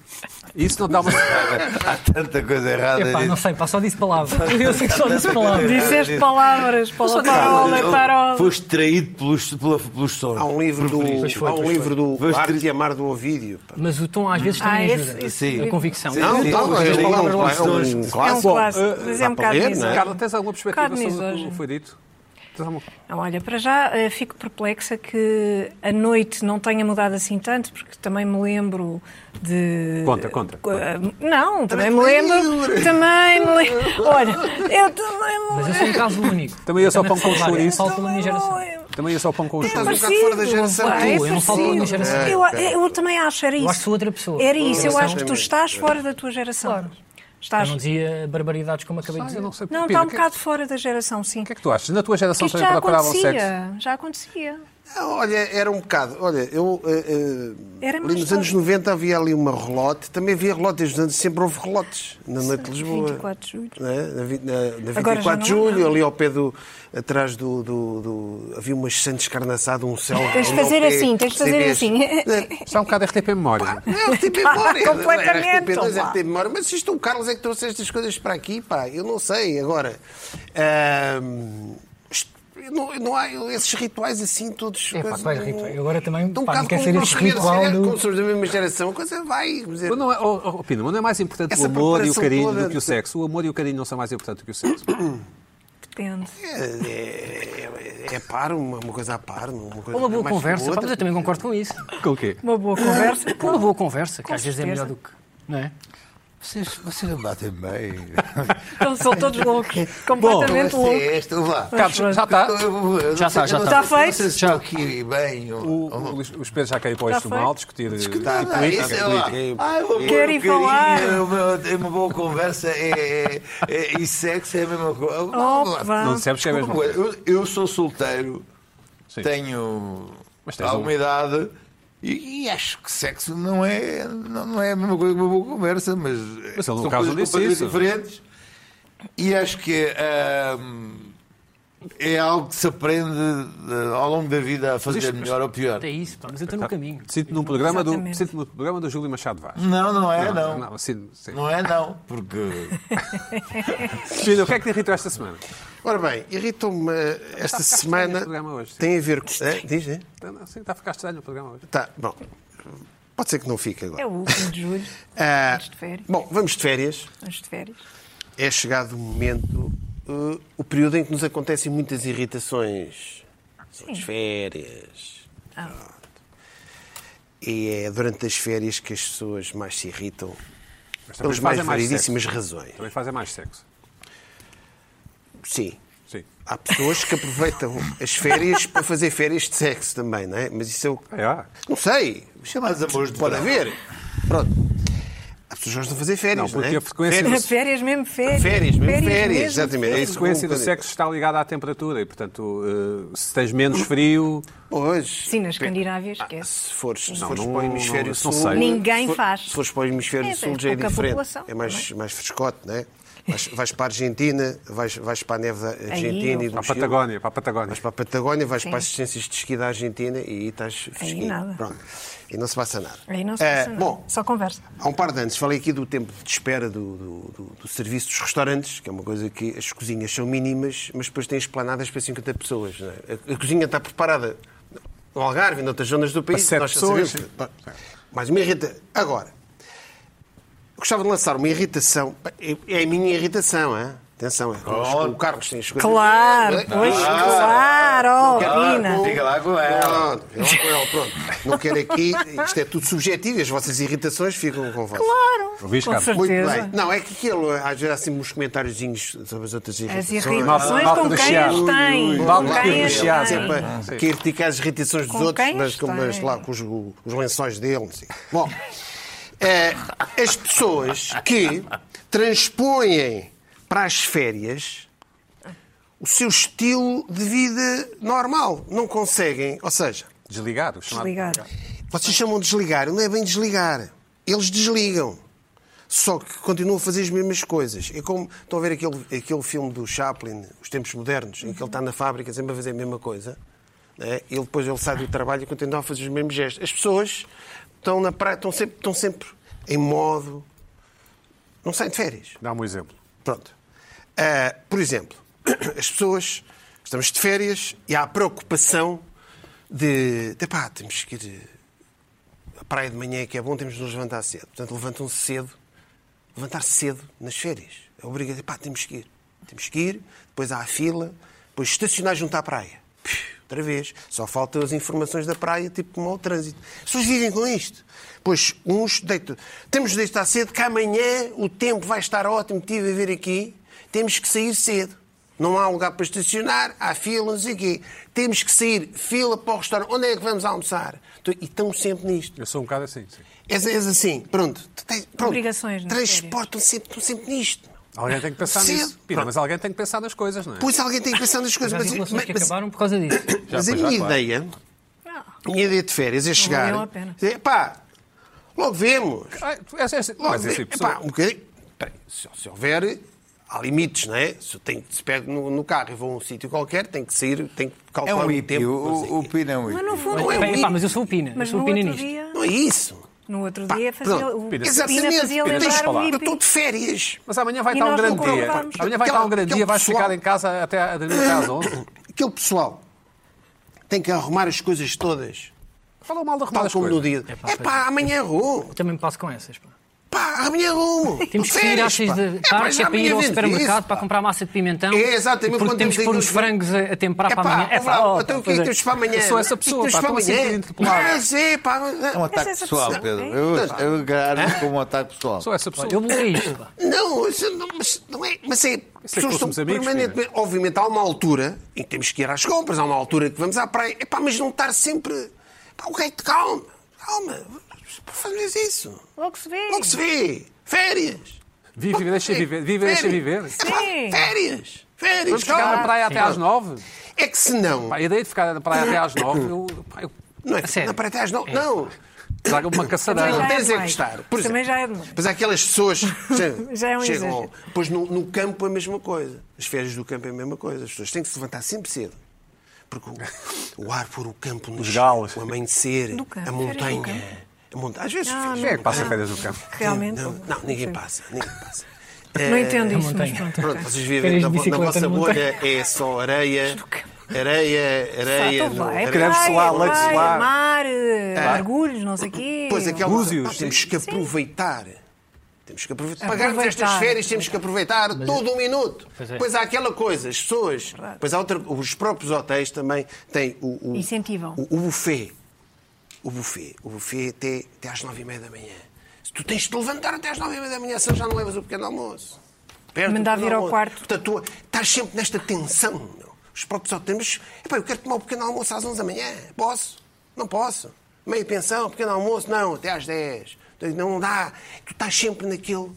e isso não dá uma. Ah,
Há tanta coisa errada.
Epá,
nisso.
não sei, pá, só disse palavras. Eu sei que só disse palavras.
Disseste palavras, palavra, parola, parola.
Foste traído pelos, pela- pelos sons.
Há um livro do, há um livro do Arte de Amar do Ovídio. pá.
Mas o tom às vezes
Ah,
também
esse,
ajuda.
esse
Sim.
A convicção.
Sim.
Não, tá,
Sim,
é
sim.
um- é um- é um
Sim.
é um
clássico.
clássico, mas é
dá
um
para
bocado
ler, não é?
bizarro.
Carlos, tens alguma
Bocado
perspectiva sobre o
misógino.
que foi dito? Tens alguma-
Não, olha, para já eh, fico perplexa que a noite não tenha mudado assim tanto, porque também me lembro de.
Conta, conta,
Eh,
conta.
Não, também me lembro. Também me
[laughs]
lembro. Olha, eu também me
Mas eu
lembro.
sou um caso único.
Também eu só
Também
pão com
sou várias.
chouriço.
Falta da minha geração.
Também ia só pão com os
É
Estás um
chouriço.
bocado fora da geração. É,
vai,
Eu não falo da minha
é parecido.
geração.
Eu, eu também acho, era isso.
Eu acho que sou outra pessoa.
Era isso, eu
Geração.
acho que tu estás fora da tua geração.
Eu
Estás.
não dizia barbaridades como acabei de
Ah, eu
dizer.
não sei.
Não,
Pina,
está um
que-
bocado fora da geração, sim.
O que é que tu achas? Na tua geração
Isto
também
já
procuravam sexo?
acontecia, já acontecia.
Ah, Olha, era um bocado. Olha, eu. eh, eh,
Era
ali
mais
nos anos
tarde.
90 havia ali uma relote. Também havia relote. Desde os anos sempre houve relotes na noite de Lisboa.
24 de julho.
Né? Na, vi- na, na
Agora já
24
não
de
há
julho,
nada.
ali ao pé do. atrás do. do- do- havia umas Santos Carnaçado, um céu.
Tens de fazer assim, tens de fazer assim.
é?
Está um bocado RTP memória.
Não, é RTP Memória.
Pá, completamente,
[laughs] Era RTP, dois,
pá.
RTP Memória. é Mas isto, o Carlos é que trouxe estas coisas para aqui, pá. Eu não sei agora. Ahm, isto- não, não há esses rituais assim todos.
É, pá,
coisa-
quais rituais? Agora também,
Estão um
pá, não
bocado
quer
como
ser
nós
esse
queremos
ritual
ser,
do-
como somos da mesma geração, a coisa vai. quer dizer,
Mas não é, oh, oh, Pina, mas não é mais importante
Essa
o amor e o
preparação
carinho
toda
do que o
de-
sexo. O amor e o carinho não são mais importantes do que o sexo.
Depende.
é, é, é par, uma, uma coisa a par. Uma, coisa é
Uma boa
mais que
conversa. Pá,
outra.
Mas eu também concordo com isso.
Com o quê?
Uma boa
[laughs]
conversa.
Com uma boa conversa, que
Com
às vezes é melhor
certeza.
do que. Não é?
Vocês, vocês não batem bem.
Então são todos loucos. Completamente
então,
Esta
loucos.
é esta, vá.
Carlos, já está.
Eu- eu-
Já tá.
eu-
está,
eu
já
não
está.
sei-
Está
não sei se
feito?
estou aqui bem. ou-
O, o, Luís- o Pedro já caiu para o
Já
instrumental
foi?
discutir.
Tá,
eh,
tá,
política,
isso é
política.
lá.
Ai, o amor,
Quero
o
ir
carinho,
falar.
é Uma, é uma boa conversa é, é- é- e sexo é a mesma coisa.
Opa.
Não dissemos que é mesmo.
Eu, eu sou solteiro,
Sim.
tenho
Mas tens
alguma
um-
idade e, e acho que sexo não é, não, não é a mesma coisa que uma boa conversa, mas,
Mas ele no caso
são coisas
disse
completamente
isso.
diferentes. E acho que ahm, é algo que se aprende eh, ao longo da vida a fazer melhor ou pior.
É isso, pá, mas eu estou no caminho.
Sinto num programa do,
Exatamente.
sinto no programa do Júlio Machado Vaz.
Não, não é, não. Não,
Não, sinto- sim.
é, não,
[laughs]
porque.
Pina, o que é que te irritou esta semana?
Ora bem, irritou-me eh, esta
ficar estranho
semana.
este programa hoje, sim.
Tem a ver com. É? Diz, é?
Então, não, sim, está a ficar estranho o programa hoje.
Tá, bom. Pode ser que não fique agora.
É o último de julho.
Ah,
Antes de férias.
Bom, vamos de férias.
Antes de férias. [laughs]
É chegado o momento, eh, o período em que nos acontecem muitas irritações. São as férias. Pronto. E é durante as férias que as pessoas mais se irritam.
Mas também
Pelas mais
fazem mais
variedíssimas razões.
Também fazem mais sexo.
Sim.
Sim.
Há pessoas que aproveitam as férias para fazer férias de sexo também, não é? Mas isso é o
Ah, é?
Não sei.
Chamados amores de
Pode
verão.
haver. Pronto. As pessoas gostam de fazer férias,
Não,
não,
porque
é?
a frequência-
Férias.
Férias mesmo, férias.
Férias, mesmo férias,
mesmo,
exatamente.
A
É
férias.
isso
frequência do
Sim.
sexo está ligada à temperatura e, portanto, eh, se tens menos frio,
Pois.
Sim, na Escandinávia, esquece.
Se fores, se
Não,
fores
não-
para o
não-
hemisfério
não
sul...
sei.
Ninguém
se for-
faz.
Se fores para o hemisfério
É,
sul
tens
já é
pouca
diferente.
população
É mais, mais frescote, não é? Vais, vais para a Argentina, vais, vais para a neve da Argentina e do
para a
Chile.
Patagónia, para a Patagónia.
Vais para a Patagónia, vais
Sim.
para as assistências de esqui da Argentina e aí estás fresquinho.
nada.
Pronto. E não se passa nada.
Aí não se
Eh,
passa nada.
Bom,
Só conversa.
Há um par de anos falei aqui do tempo de espera do, do- do- do serviço dos restaurantes, que é uma coisa que as cozinhas são mínimas, mas depois têm esplanadas para 50 pessoas. não é? a, a cozinha está preparada no Algarve e noutras zonas do país.
sete
já
pessoas,
sabemos.
sim.
Pá, Mas me irrita. Agora, eu gostava de lançar uma irritação. Pá, É é a minha irritação, é? Atenção, é como os- o Carlos tem as coisas.
Claro,
Não, é? Ah,
pois,
não,
claro, oh,
Ah,
Pina.
diga lá com ela.
Pronto, é lá com ela, pronto. Não quero aqui, isto é tudo subjetivo, e as vossas irritações ficam com vocês.
Claro,
Ouviste,
com
Carlos?
Muito
certeza.
bem. Não, é que aquilo, às vezes há sempre uns comentários sobre as outras
As
irritações.
irritações
Malta
com
do
quem
Chiado.
as tem.
Ui, malta
Com
do
quem as
Chiado.
tem.
Sempre.
Sempre que criticar as irritações dos
Com
outros,
quem
mas com, mas,
tem.
lá, com os, os lençóis dele. não sei. Bom, eh, as pessoas que transpõem para as férias o seu estilo de vida normal. Não conseguem, ou seja,
Desligado. chamado-
Desligar.
vocês chamam de desligar, não é bem desligar. Eles desligam. Só que continuam a fazer as mesmas coisas. É como. Estão a ver aquele, aquele filme do Chaplin, Os Tempos Modernos, em que ele está na fábrica sempre a fazer a mesma coisa. Né? E ele depois ele sai do trabalho e continua a fazer os mesmos gestos. As pessoas estão na praia, estão sempre, estão sempre em modo. Não saem de férias.
Dá-me um exemplo.
Pronto. Ah, por exemplo, [clears throat] as pessoas, estamos de férias e há a preocupação de, de pá, temos que ir à praia de manhã que é bom, temos de nos levantar cedo. Portanto, levantam-se cedo, levantar cedo nas férias. É obrigatório, pá, temos que ir. Temos que ir, depois há a fila, Depois estacionar junto à praia. Piu, Outra vez. Só faltam as informações da praia, tipo como ao trânsito. As pessoas vivem com isto. Pois uns deitam. Temos de estar cedo, que amanhã o tempo vai estar ótimo, estive a ver aqui. Temos que sair cedo. Não há lugar para estacionar, há fila, não sei o quê. Temos que sair, fila para o restaurante. Onde é que vamos almoçar? E estão sempre nisto.
Eu sou um bocado assim, sim.
És, és assim, pronto. Tu tens- pronto.
Obrigações, não é?
Transportam sempre, estão sempre nisto.
Alguém tem que pensar
Cedo.
nisso. Pina, mas alguém tem que pensar nas coisas, não é?
Pois alguém tem que pensar nas coisas.
Já
Mas,
vi relações que
mas-
acabaram por
[coughs]
causa disso.
Já,
mas a
pois já,
minha
claro.
ideia,
Não.
a minha ideia de férias é chegar.
valeu a pena.
dizer, pá, logo vemos.
Ah, tu és- és-
Logo
mas esse tipo
vemos.
pessoa-
Epá, um bocadinho. Espera aí, Se, se houver, há limites, não é? Se, eu tenho, se pego no, no carro e vou a um sítio qualquer, tenho que sair, tenho que
É
calcular
um
o tempo.
hippie.
não sei
O, o
quê.
Pina é um
Mas
hippie.
no fundo,
Não é um
Bem, pá, mas eu sou o Pina, eu
mas
sou um
no
o Pina
outro
nisto.
dia,
Não é isso.
no outro
Pá,
dia fazia
pronto.
É o
Pina,
Pina
Exatamente.
Pina,
fazia lembrar um
deixa
o
falar.
Eu estou
hippie.
de férias.
Mas amanhã vai
E
estar um
nós
grande
não
dia.
concordamos.
Amanhã vai estar um grande
Aquele-
dia, vais
aquele
chegar em casa até a a dormir até às 11.
Aquele pessoal tem que arrumar as coisas todas.
Fala mal de arrumar
Tal
as
como
coisas.
no dia.
pá,
É pá, amanhã arrumo.
Também me passo com essas. Pá.
Pá, amanhã arrumo.
Temos que sair
Férias,
às 6
pá.
da
É pá,
tarde, que
já
é para ir ao
amanhã vende
supermercado
isso,
para
pá.
comprar massa de pimentão.
É, exatamente,
Porque
quando
temos que pôr
temos
os
aí-
frangos a, a temperar
É
para
pá,
amanhã.
ó,
É pá,
Vlado,
ó,
então o que é
pois
que
é.
temos para amanhã?
Eu sou essa
O que é que
pessoa,
temos
pá,
para
estou sempre
amanhã?
interpelado.
Mas é, pá.
É um ataque
essa
pessoal,
pessoa-
Pedro.
é?
Eu, eu agarro como um ataque pessoal.
Sou essa pessoa.
Eu bloqueei isto. Pá.
Não, isso não, mas não é. Mas é. As pessoas estão
fôssemos amigos,
permanentemente. Obviamente, há uma altura em que temos que ir às compras, há uma altura que vamos à praia. Epá, mas não estar sempre. Pá, ok, calma, calma. Fazemos isso.
Logo se vê.
Logo se vê. Férias.
Vive, deixa viver. Vive, deixa viver.
Epá,
Sim.
férias.
Vamos
Férias.
ficar na
calma.
praia até às 9.
É que se não.
Pá, a ideia de ficar na praia até às 9, eu, pá, eu
Não é
A sério?
na praia até às nove. Não.
trago uma
Também
caçadeira.
já
Não tens é que
demais.
estar. Por
Também
exemplo,
já é demais.
Mas há aquelas
[laughs]
pessoas que
Já é um
chegam
exagero.
Pois no, no campo é a mesma coisa. As férias do campo é a mesma coisa. As pessoas têm que se levantar sempre cedo. Porque o, o ar por o campo nos
galos.
o amanhecer,
Do campo,
a
férias do
montanha.
campo.
A monta... Às vezes
Ah,
férias
Quem é que passa
do
férias no campo?
campo.
Realmente.
Não, não, ninguém
Sim.
passa. Ninguém passa.
Não entendo
a
isso, mas
montanha.
pronto.
Pronto,
ok.
vocês vivem
Férias
na,
de
vo- na
bicicleta
vossa
na montanha.
bolha, é só areia,
Do campo.
areia, areia.
Pá, então
no-
vai,
areia.
Creme
praia,
solar, leite
praia,
solar.
mar, eh, mergulhos, não sei o quê.
É. Pois é aquela
Búzios,
pá, temos
sim.
que aproveitar. Temos que aproveitar.
Aproveitar.
Pagarmos estas férias, temos que aproveitar todo um minuto.
Pois
Pois,
é.
há aquela coisa, as pessoas.
É
Pois há outra, os próprios hotéis também têm o, o,
Incentivam.
o, o buffet. O buffet. O buffet até, até às nove e meia da manhã. Se tu tens de te levantar até às nove e meia da manhã, se já não levas o pequeno almoço. Perdes o
Mandar
pequeno
vir ao
almoço.
quarto.
Portanto, tu estás sempre nesta tensão. meu. Os próprios hotéis. Epá, eu quero tomar o pequeno almoço às 11 da manhã. Posso? Não posso. Meia pensão, pequeno almoço, não, até às 10. Então, Não dá. Tu estás sempre naquele,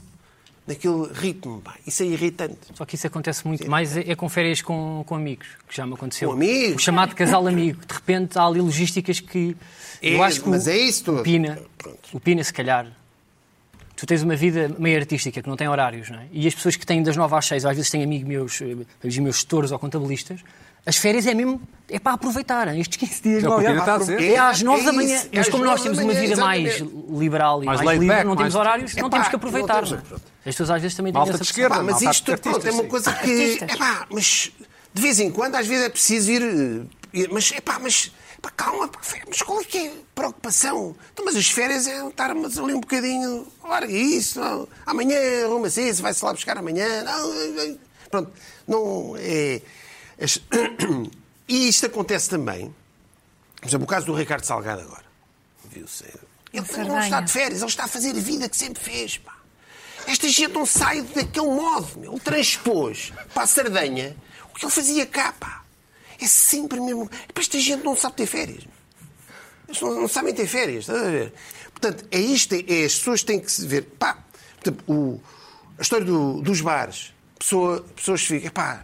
naquele ritmo. Pá. Isso é irritante.
Só que isso acontece muito mais é, é com férias com, com amigos, que já me aconteceu.
Com amigos?
O chamado casal amigo. De repente há ali logísticas que.
É,
eu acho que
mas
o,
é isso tudo.
o Pina,
Pronto.
o Pina, se calhar. Tu tens uma vida meio artística, que não tem horários, não é? E as pessoas que têm das 9 às 6, às vezes têm amigos meus, eh, os meus gestores ou contabilistas, as férias é mesmo, é para aproveitar, hein? estes 15 dias.
É o
não,
que o Pina
é,
está a dizer.
é às 9
É
da manhã.
isso, é
mas
às
como
nove da
nós temos uma
manhã,
vida mais
exatamente.
liberal e
Mais
mais,
laid
livre,
back,
não temos
mais-
horários, não
Epá,
temos que
não
aproveitar.
temos,
não é?
pronto.
As pessoas às vezes também têm
Malta
essa
de
percepção.
esquerda.
Pá, mas
malta
isto
artistas,
pronto, é uma
sim.
coisa que.
Artistas.
É pá, mas de vez em quando, às vezes é preciso ir. eh, ir- Mas é pá, mas. pá, calma, pá, fé, mas qual é que é a preocupação? Então, mas as férias é estarmos ali um bocadinho. Larga isso, não. amanhã arruma-se isso, vai-se lá buscar amanhã. Não, eh, eh, pronto, não é. as- [coughs] E isto acontece também. Por exemplo, o caso do Ricardo Salgado agora. Viu-se. Ele também não
Sardanha.
está de férias, ele está a fazer a vida que sempre fez, pá. Esta gente não sai daquele modo, meu. Ele transpôs para a Sardanha o que ele fazia cá, pá. É sempre mesmo. Pá, esta gente não sabe ter férias. meu. Eles não, não sabem ter férias, estás a ver? Portanto, é isto, é, as pessoas têm que se ver. Pá, portanto, o- a história do- dos bares, pessoa, pessoas ficam, pá,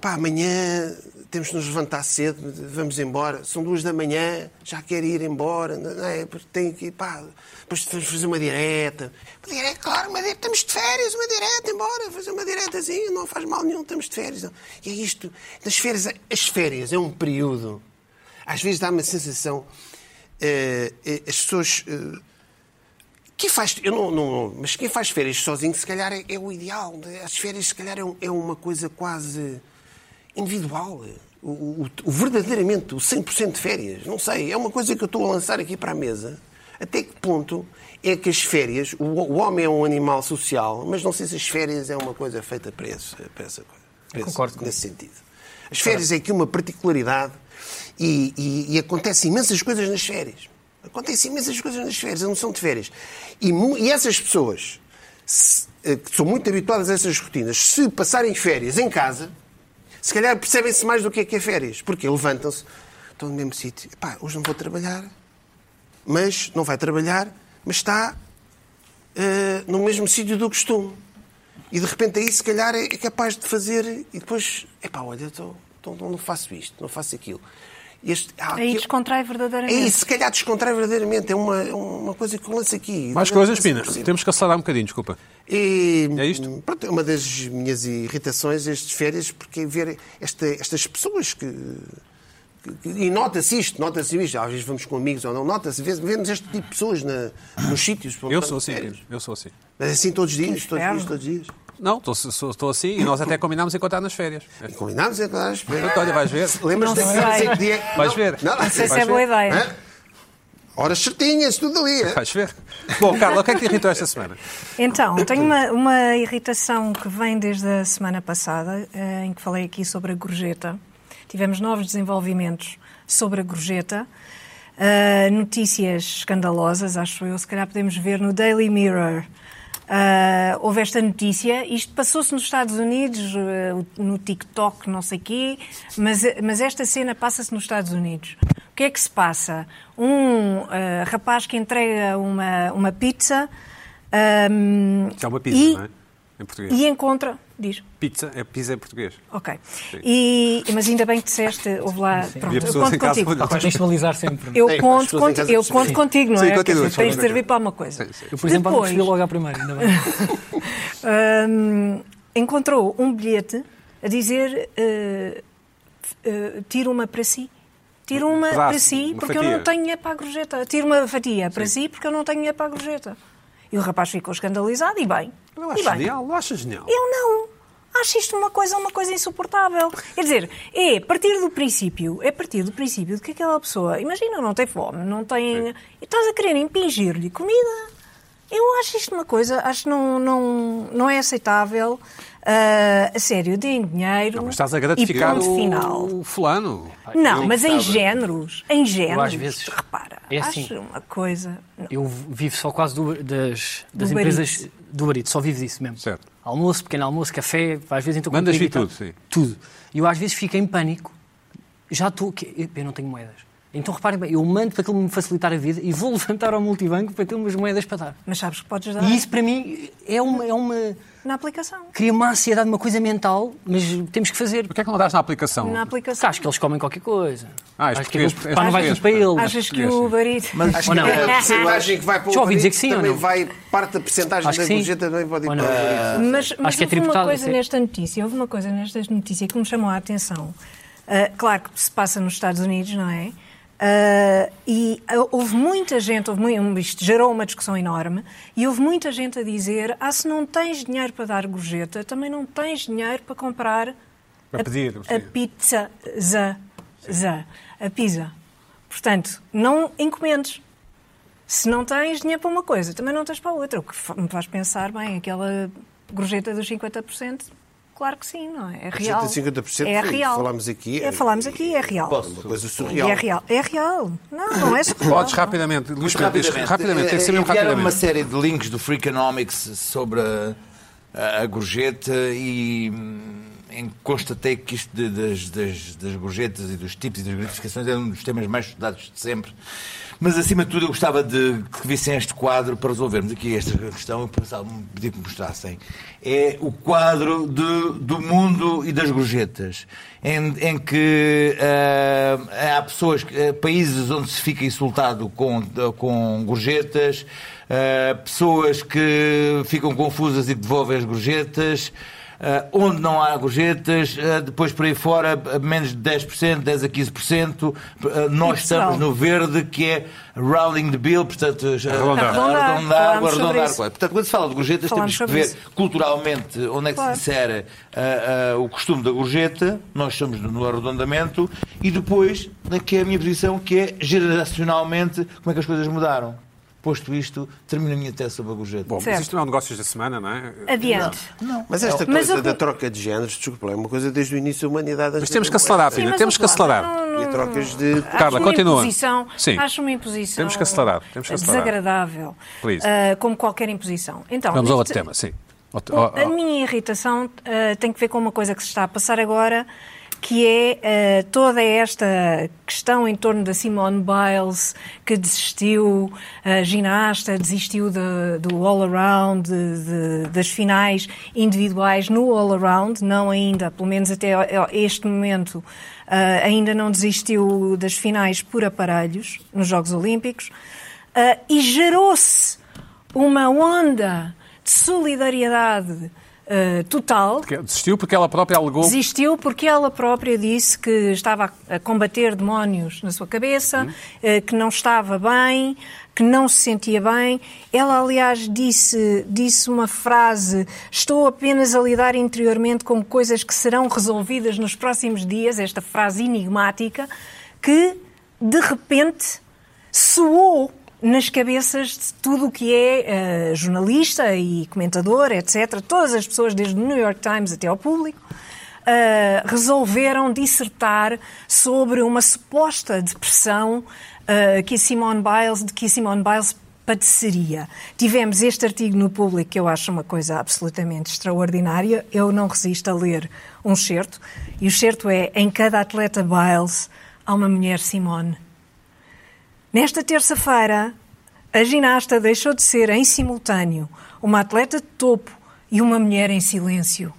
pá, amanhã temos de nos levantar cedo, vamos embora, são duas da manhã, já quero ir embora, não não é? Porque tem que, pá, depois temos de fazer uma direta. Uma direta, claro, uma direta, estamos de férias, uma direta, embora, fazer uma diretazinha, não faz mal nenhum, estamos de férias. não. E é isto, das férias, as férias é um período às vezes dá-me a sensação. eh, eh, as pessoas. eh, quem faz. Eu não, não- mas quem faz férias sozinho, se calhar, é, é o ideal. As férias, se calhar, é, um- é uma coisa quase individual. O, o- o verdadeiramente, o 100% de férias. Não sei. É uma coisa que eu estou a lançar aqui para a mesa. Até que ponto é que as férias. O, o homem é um animal social, mas não sei se as férias é uma coisa feita para, esse, para essa coisa. para esse-
Concordo com
Nesse sentido. As férias é aqui uma particularidade e, e, e acontecem imensas coisas nas férias. Acontecem imensas coisas nas férias, a noção de férias. E, mu- e essas pessoas, se- eh, que são muito habituadas a essas rotinas, se passarem férias em casa, se calhar percebem-se mais do que é que é férias. Porque levantam-se, estão no mesmo sítio. Epá, hoje não vou trabalhar, mas não vai trabalhar, mas está eh, no mesmo sítio do costume. E de repente aí, se calhar, é capaz de fazer. E depois, epá, olha, tô, tô- não faço isto, não faço aquilo. Este, ah,
Aí
aquilo-
descontrai
É
verdadeiramente.
isso, se calhar descontrai verdadeiramente. É uma, é uma coisa que eu lanço aqui.
Mais coisas, Pina. Temos que acelerar um bocadinho, desculpa.
E,
É isto?
Pronto, é uma das minhas irritações estas férias, porque é ver esta- estas pessoas que. que- que- E nota-se isto, nota-se isto, às vezes vamos com amigos ou não, nota-se, vê- vemos este tipo de pessoas na- nos sítios.
Eu sou assim,
férias.
Pina. Eu sou assim.
Mas assim todos os dias, todos os
inferno.
dias, todos os dias.
Não, estou- sou- estou assim e nós até combinámos encontrar nas férias.
E combinámos, é claro.
Portanto, olha, vais ver.
Lembras-te
Não
daquela
sei.
dizer que dia- é?
Vais
Não,
ver.
Não,
Não
Não sei se
Vais
é boa
ver?
ideia.
Hã? Horas certinhas, tudo ali. é. hã?
Vais ver. Bom, Carla, o que é que te irritou esta semana?
Então, tenho uma, uma irritação que vem desde a semana passada, eh, em que falei aqui sobre a gorjeta. Tivemos novos desenvolvimentos sobre a gorjeta. eh, notícias escandalosas, acho eu, se calhar podemos ver no Daily Mirror. eh, houve esta notícia, isto passou-se nos Estados Unidos, eh, o- no TikTok, não sei quê, mas, eh, mas esta cena passa-se nos Estados Unidos. O que é que se passa? Um eh, rapaz que entrega uma, uma pizza um,
Isso é uma pizza,
e,
não é? Em português.
E encontra, diz,
Pizza é pizza em português.
ok. E, mas ainda bem que disseste, houve lá, pronto,
Havia
eu
pessoas
conto
em casa
contigo.
onde-
Contextualizar
[laughs]
sempre.
Eu
Sim, as
conto,
pessoas em
conti-
casa
eu
percebem.
conto contigo, não
Sim,
é?
continua,
Quer dizer,
continua.
Tens de servir para uma coisa.
Eu, por exemplo, não
Depois,
percebi logo à primeira, ainda bem.
Hum, encontrou um bilhete a dizer eh, eh, tira uma para si. Tira uma
Um pedaço,
para si
uma
porque eu
fatia.
não tenho dinheiro para a gorjeta. Tira uma fatia para si porque eu não tenho dinheiro para a gorjeta. E o rapaz ficou escandalizado e bem.
Eu
e
acho
bem.
genial, eu acho genial.
Eu não. Acho isto uma coisa, uma coisa insuportável. Quer dizer, é partir do princípio, é partir do princípio de que aquela pessoa, imagina, não tem fome, não tem.
Sim.
E estás a querer impingir-lhe comida. Eu acho isto uma coisa, acho que não, não, não é aceitável. Ah, a sério, deem dinheiro.
Não, mas estás a
e
gratificar
ponto
o...
final.
o fulano.
Não, mas em géneros, em géneros,
às vezes-
repara,
é assim.
acho uma coisa. não.
Então. Eu vivo só quase do- das, das
Uber
empresas
Eats.
do barito, só vivo disso mesmo.
Certo.
Almoço, pequeno almoço, café, às vezes então com
Mandas
comigo e
vir
tal.
tudo, sim.
Tudo. E eu às vezes fico em pânico. Já estou. que- Eu não tenho moedas. Então reparem bem, eu mando para aquilo me facilitar a vida e vou [laughs] levantar ao multibanco para ter umas moedas para dar.
Mas sabes que podes dar
E isso para mim é uma. É uma
na aplicação.
cria uma ansiedade, uma coisa mental, mas temos que fazer.
Porquê é que não dás na aplicação?
Na aplicação.
Acho que eles comem qualquer coisa.
Ah, és
acho que aquilo
português, és
pá, não vai tudo para
português,
ele.
Achas que
Português,
o
sim.
Uber Eats-
Mas
Ou não?
A é
[laughs]
percentagem que vai para o
Já ouvi dizer
Alvarito
que sim ou
também
não?
vai, parte da percentagem
Acho
da
que sim.
gorjeta também pode ir
Ou
para o
não?
Alvarito.
Mas, mas
que é
houve uma
tributado,
coisa
sim.
nesta notícia, houve uma coisa nesta notícia que me chamou a atenção. Ah, claro que se passa nos Estados Unidos, não é? Ah, e ah, houve muita gente, houve mui- um, isto gerou uma discussão enorme, e houve muita gente a dizer: ah, se não tens dinheiro para dar gorjeta, também não tens dinheiro para comprar
Para
a,
pedir,
a
sim.
pizza, za, za, a pizza. Portanto, não encomendes. Se não tens dinheiro para uma coisa, também não tens para outra. O que fa- me faz pensar, bem, aquela gorjeta dos 50%, claro que sim, não é? É real.
Gorjeta de 50%
é
foi,
real.
falámos aqui,
É, falámos aqui, é real.
Uma coisa
E
surreal.
é real. É real. Não, não é surreal.
Podes rapidamente, Luís Pedro, diz- rapidamente, tem que ser mesmo
Enviaram uma
rapidamente.
série de links do Freakonomics sobre a, a- a gorjeta e hum, em que constatei que isto de- das, das- das gorjetas e dos tipos e das gratificações é um dos temas mais estudados de sempre. Mas, acima de tudo, eu gostava de que vissem este quadro para resolvermos aqui esta questão e pensava- pedi que me mostrassem. É o quadro de- do mundo e das gorjetas, em, em que ah, há pessoas, que- eh, países onde se fica insultado com, com gorjetas, ah, pessoas que ficam confusas e que devolvem as gorjetas. ah, onde não há gorjetas, ah, depois por aí fora, a menos de 10%, 10% a 15%,
E
ah, nós
Portugal?
estamos no verde, que é rounding the bill, portanto,
Arredondar.
Arredondar,
arredondar,
falámos sobre
arredondar.
isso.
Portanto, quando se fala de gorjetas,
Falámos
temos que
sobre
ver
isso.
culturalmente onde é que
Claro.
se insere ah, ah, o costume da gorjeta, nós estamos no arredondamento, e depois, na que é a minha posição, que é geracionalmente como é que as coisas mudaram.
Posto isto, termino a minha tese sobre a gorjeta.
Bom, mas
Certo.
isto não é um negócios da semana, não é?
Adiante.
não.
Mas esta
Mas
coisa
eu-
da troca de géneros, desculpa, lá, é uma coisa desde o início da humanidade. é-
Mas temos que acelerar,
Sim,
Pina,
mas
temos que
vamos lá.
acelerar.
Não, não,
E trocas de.
Acho
Carla,
uma
continua.
Imposição,
Sim.
Acho uma imposição
Temos que acelerar, temos que acelerar.
desagradável,
Please.
ah, como qualquer imposição. Então,
Vamos ao outro
neste-
tema, sim. Outro-
Bom,
ó-
A
ó-
minha irritação ah, tem que ver com uma coisa que se está a passar agora, que é ah, toda esta questão em torno da Simone Biles, que desistiu, a ginasta, desistiu da- do all-around, de- de- das finais individuais no all-around, não ainda, pelo menos até ao- ao- este momento, ah, ainda não desistiu das finais por aparelhos nos Jogos Olímpicos, Ah, e gerou-se uma onda de solidariedade eh, total.
porque Desistiu porque ela própria alegou.
Desistiu porque ela própria disse que estava a combater demónios na sua cabeça, eh, que não estava bem, que não se sentia bem. Ela, aliás, disse, disse uma frase: Estou apenas a lidar interiormente com coisas que serão resolvidas nos próximos dias. Esta frase enigmática que, de repente, soou nas cabeças de tudo o que é eh, jornalista e comentador, etc. Todas as pessoas, desde o New York Times até ao público, eh, resolveram dissertar sobre uma suposta depressão eh, que a Simone Biles, de que a Simone Biles padeceria. Tivemos este artigo no público que eu acho uma coisa absolutamente extraordinária. Eu não resisto a ler um certo. E o certo é: em cada atleta Biles há uma mulher Simone. Nesta terça-feira, a ginasta deixou de ser, em simultâneo, uma atleta de topo e uma mulher em silêncio.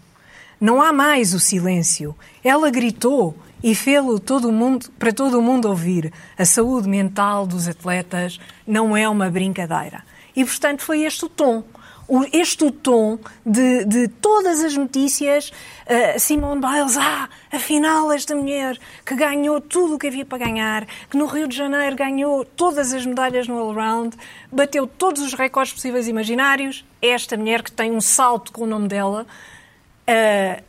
Não há mais o silêncio. Ela gritou e fê-lo todo o mundo- para todo o mundo ouvir. A saúde mental dos atletas não é uma brincadeira. E, portanto, foi este o tom o- este o tom de, de todas as notícias, eh, Simone Biles, ah, afinal esta mulher que ganhou tudo o que havia para ganhar, que no Rio de Janeiro ganhou todas as medalhas no all-round, bateu todos os recordes possíveis e imaginários, é esta mulher que tem um salto com o nome dela, eh,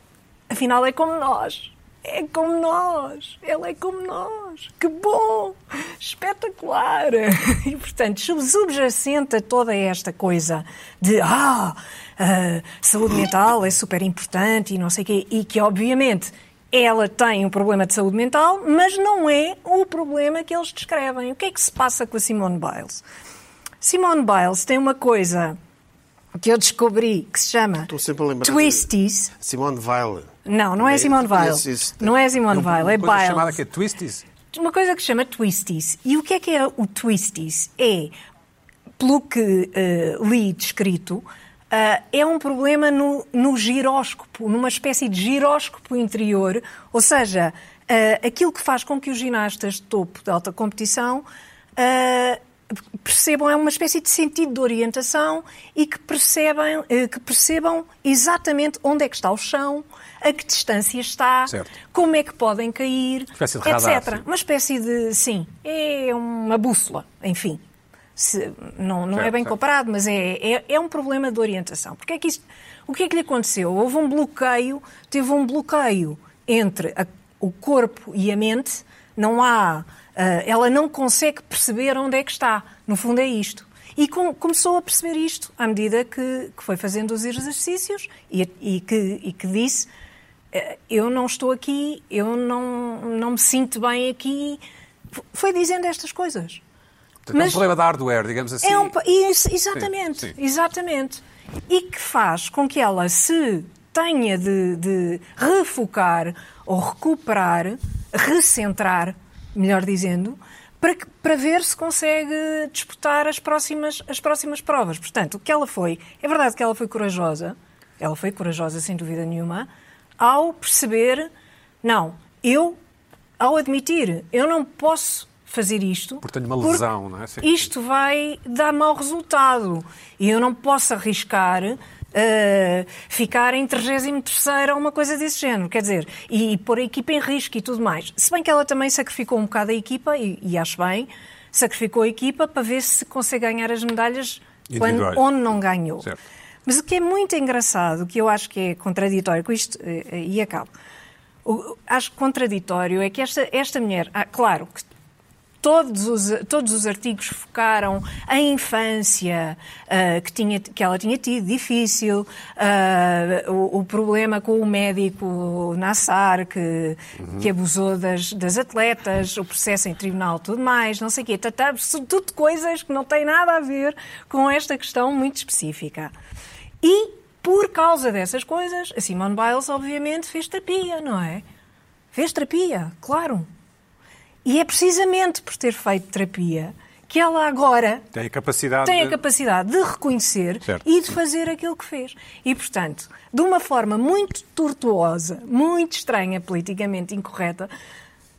afinal é como nós. É como nós, ela é como nós. Que bom! Espetacular! [laughs] E, portanto, sub- subjacente a toda esta coisa de ah, ah, saúde mental é super importante e não sei o quê, e que, obviamente, ela tem um problema de saúde mental, mas não é o problema que eles descrevem. O que é que se passa com a Simone Biles? Simone Biles tem uma coisa que eu descobri que se chama
Estou sempre a lembrar.
Twisties.
Simone Weil.
Não, não é
Eu
Simone
conheço
Weil.
isso.
Não é Simone Weil, é
um Uma coisa chamada
Biles.
que é Twisties.
Uma coisa que se chama Twisties. E o que é que é o Twisties? É, pelo que eh, li descrito, ah, é um problema no, no giróscopo, numa espécie de giróscopo interior, ou seja, ah, aquilo que faz com que os ginastas de topo de alta competição ah, percebam é uma espécie de sentido de orientação e que percebem eh, que percebam exatamente onde é que está o chão, a que distância está,
Certo.
como é que podem cair,
Espécie de radar,
etc.
sim.
Uma espécie de sim, é uma bússola, enfim. Se- não não é
Certo,
bem
certo.
comparado, mas é, é, é um problema de orientação. Porque é que isto, o que é que lhe aconteceu? Houve um bloqueio, teve um bloqueio entre a- o corpo e a mente. Não há, ah, ela não consegue perceber onde é que está. No fundo é isto. E com- começou a perceber isto à medida que, que foi fazendo os exercícios e, e que, e que disse eh, eu não estou aqui, eu não, não me sinto bem aqui. F- Foi dizendo estas coisas.
Portanto, É um
Mas-
problema de hardware, digamos assim.
É um, pa- isso, exatamente,
sim.
exatamente. E que faz com que ela se tenha de, de refocar ou recuperar, recentrar, melhor dizendo, para, que- para ver se consegue disputar as próximas, as próximas provas. Portanto, o que ela foi, é verdade que ela foi corajosa, ela foi corajosa sem dúvida nenhuma, ao perceber, não, eu, ao admitir, eu não posso fazer isto.
Porque tenho uma
porque
lesão, não é? Sim.
isto isto vai dar mau resultado e eu não posso arriscar eh, ficar em 33 ou uma coisa desse género, quer dizer, e, pôr a equipa em risco e tudo mais. Se bem que ela também sacrificou um bocado a equipa, e, e acho bem, sacrificou a equipa para ver se consegue ganhar as medalhas quando,
Individuais.
onde não ganhou.
Certo.
Mas o que é muito engraçado, que eu acho que é contraditório com isto, eh, eh, e acabo. O- Acho contraditório é que esta, esta mulher, ah, claro, que todos os, todos os artigos focaram a infância ah, que, tinha, que ela tinha tido, difícil, ah, o, o problema com o médico Nassar, que, que abusou das, das atletas, o processo em tribunal, tudo mais, não sei o quê. Tratava-se de tudo coisas que não têm nada a ver com esta questão muito específica. E, por causa dessas coisas, a Simone Biles, obviamente, fez terapia, não é? Fez terapia, claro. E é precisamente por ter feito terapia que ela agora
Tem a capacidade.
tem a
de-
capacidade de reconhecer
Certo.
e de fazer aquilo que fez. E, portanto, de uma forma muito tortuosa, muito estranha, politicamente incorreta,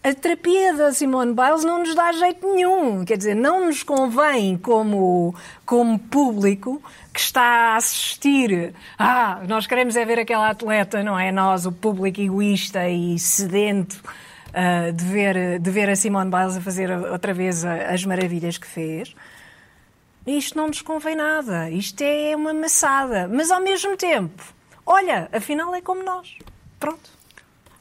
a terapia da Simone Biles não nos dá jeito nenhum. Quer dizer, não nos convém, como, como público que está a assistir. Ah, nós queremos é ver aquela atleta, não é? Nós, o público egoísta e sedento. Uh, de, ver, de ver a Simone Biles a fazer outra vez a- as maravilhas que fez. Isto não nos convém nada, isto é uma maçada, mas ao mesmo tempo, olha, afinal é como nós. Pronto.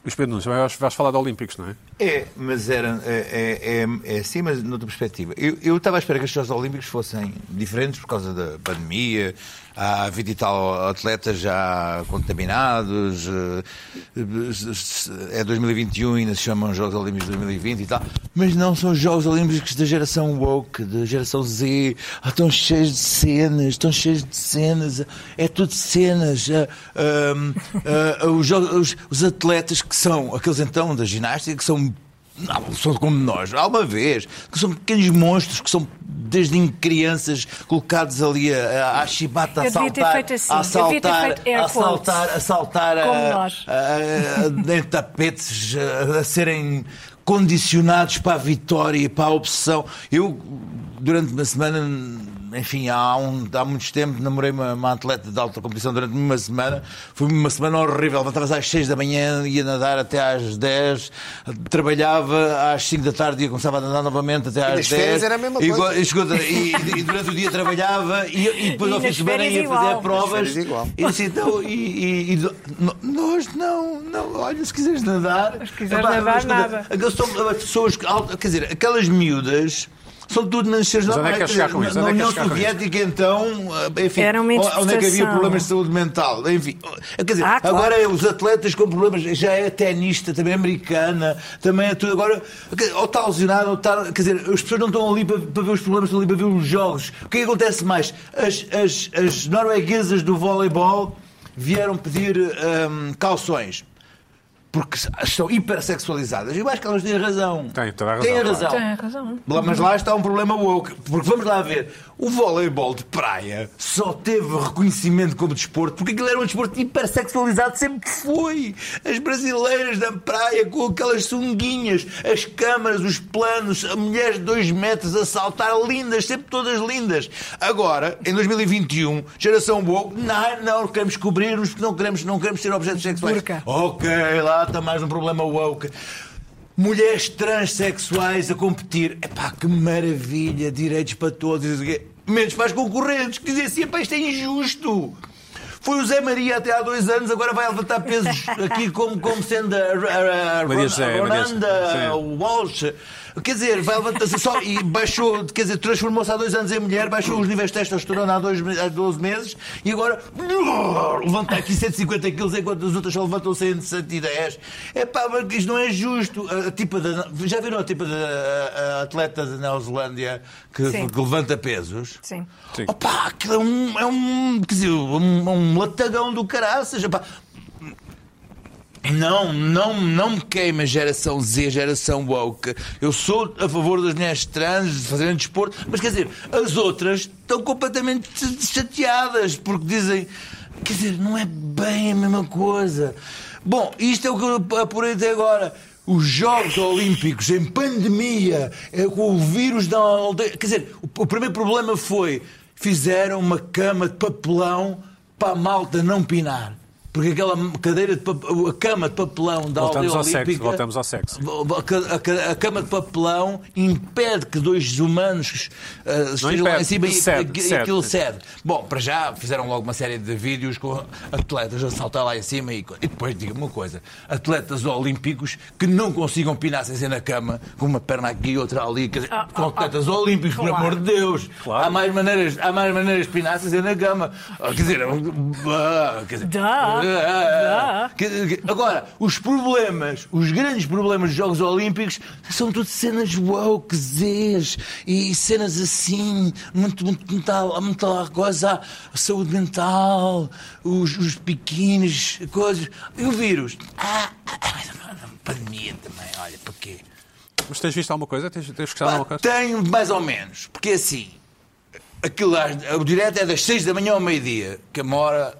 Luís Pedro Nunes, vais, vais falar de Olímpicos, não é?
É, mas era, é, é, é, é assim, mas noutra perspectiva. Eu, eu estava à espera que os Jogos Olímpicos fossem diferentes por causa da pandemia, há 20 e tal atletas já contaminados, eh, é 2021 e ainda se chamam Jogos Olímpicos de 2020 e tal, mas não são os Jogos Olímpicos da geração woke, da geração Z, ah, estão cheios de cenas, estão cheios de cenas, é tudo cenas. ah, ah, ah, os, jogos- os- os atletas que são, aqueles então da ginástica, que são, não, são como nós, alguma vez, que são pequenos monstros, que são desde crianças colocados ali a, a, à chibata, a
Eu devia ter
saltar,
feito assim,
a
eu devia ter
saltar,
feito air
a
quotes.
saltar, a saltar,
Como
a-
nós.
a- a- em tapetes, a, a serem condicionados para a vitória, e para a obsessão. Eu, durante uma semana, enfim, há, um, há muitos tempos, namorei uma, uma atleta de alta competição durante uma semana. Foi uma semana horrível. Levantava-se às 6 da manhã, ia nadar até às 10, trabalhava às 5 da tarde e começava a nadar novamente até às
nas
10.
férias era a mesma
E
coisa.
go- e, escuta, e- e durante o dia trabalhava e, e depois
E
ao fim
nas
de semana
férias
ia
igual.
fazer
Nas
provas.
férias igual.
E assim, então, e, e- e do- no- nós não, não, olha, se quiseres nadar.
Se quiseres nadar, nada.
aquelas são- as pessoas, que alta- quer dizer, aquelas miúdas. São tudo nascidas
Mas onde é que queres chegar com isso?
Na
Onde é que
União
queres chegar com isso?
Soviética, então, enfim,
Era uma
onde é que havia
interpretação.
problemas de saúde mental? Enfim, quer dizer,
Ah, claro.
agora é os atletas com problemas, já é tenista, também é americana, também é tudo. Agora, quer dizer, ou está lesionado, ou está. Quer dizer, as pessoas não estão ali para, para ver os problemas, estão ali para ver os jogos. O que é que acontece mais? As, as, as norueguesas do voleibol vieram pedir hum, calções. Porque são hipersexualizadas. Eu acho que elas têm razão.
Têm toda a
Têm
razão, claro.
Tem razão.
Lá- Mas lá está um problema woke, porque vamos lá ver, o voleibol de praia só teve reconhecimento como desporto porque aquilo era um desporto hipersexualizado, sempre foi. As brasileiras da praia com aquelas sunguinhas, as câmaras, os planos, a mulheres de dois metros a saltar, lindas, sempre todas lindas. Agora, em 2021, geração woke, não, não queremos cobrir-nos porque não queremos, não queremos ser objetos sexuais.
Burca.
Ok, lá está mais um problema woke. Mulheres transexuais a competir. Epá, que maravilha, direitos para todos. não sei o quê. Menos para as concorrentes. Quer dizer assim, epá, isto é injusto. Foi o Zé Maria até há dois anos, agora vai levantar pesos aqui como, como sendo a, a, a, a
Maria José, Maria José,
Ronanda,
sim.
o Walsh. Quer dizer, vai levantar-se só e baixou, quer dizer, transformou-se há dois anos em mulher, baixou os níveis de testosterona há, dois, me- há 12 meses e agora [laughs] levanta aqui 150 quilos enquanto as outras só levantam 100, 110. É pá, mas isto não é justo. A, a tipa da, já viram a tipa da a- a atleta da Neozelândia que,
Sim.
que levanta pesos?
Sim.
Sim.
Opa, aquilo é um, é um, quer dizer, um, um latagão do caraças. Opá, não, não, não me queima geração Z, geração woke. Eu sou a favor das mulheres trans, de fazerem desporto, mas quer dizer, as outras estão completamente ch- chateadas porque dizem, quer dizer, não é bem a mesma coisa. Bom, isto é o que eu apurei até agora. Os Jogos Olímpicos em pandemia, é com o vírus da aldeia. Quer dizer, o o primeiro problema foi fizeram uma cama de papelão para a malta não pinar. Porque aquela cadeira de papelão, a cama de papelão da
Voltamos
aldeia
ao sexo,
olímpica-
voltamos ao sexo.
A ca- A, ca- a cama de papelão impede que dois humanos ah, estejam lá
impede,
em cima e,
cede,
e- e
cede.
aquilo cede. Bom, para já fizeram logo uma série de vídeos com atletas a saltar lá em cima e, co- e depois diga-me uma coisa: atletas olímpicos que não consigam pinar sem ser na cama, com uma perna aqui e outra ali, quer dizer,
Ah,
com atletas olímpicos, por amor de Deus. Há mais maneiras, há mais maneiras de pinar sem ser na cama. Ah, Quer
[laughs]
dizer, ah, quer dizer
Dá.
ah, que- que- Agora, os problemas, os grandes problemas dos Jogos Olímpicos são tudo cenas woke, zés, e cenas assim, muito, muito, muita, muita coisa, a saúde mental, os, os biquínis, coisas. E o vírus? Ah, ah, ah, pandemia também, olha, para quê?
Mas tens visto alguma coisa? Tens, tens gostado de
Pá,
alguma coisa?
Tenho mais ou menos, porque assim, aquilo, às- o direto é das 6 da manhã ao meio-dia, que a uma hora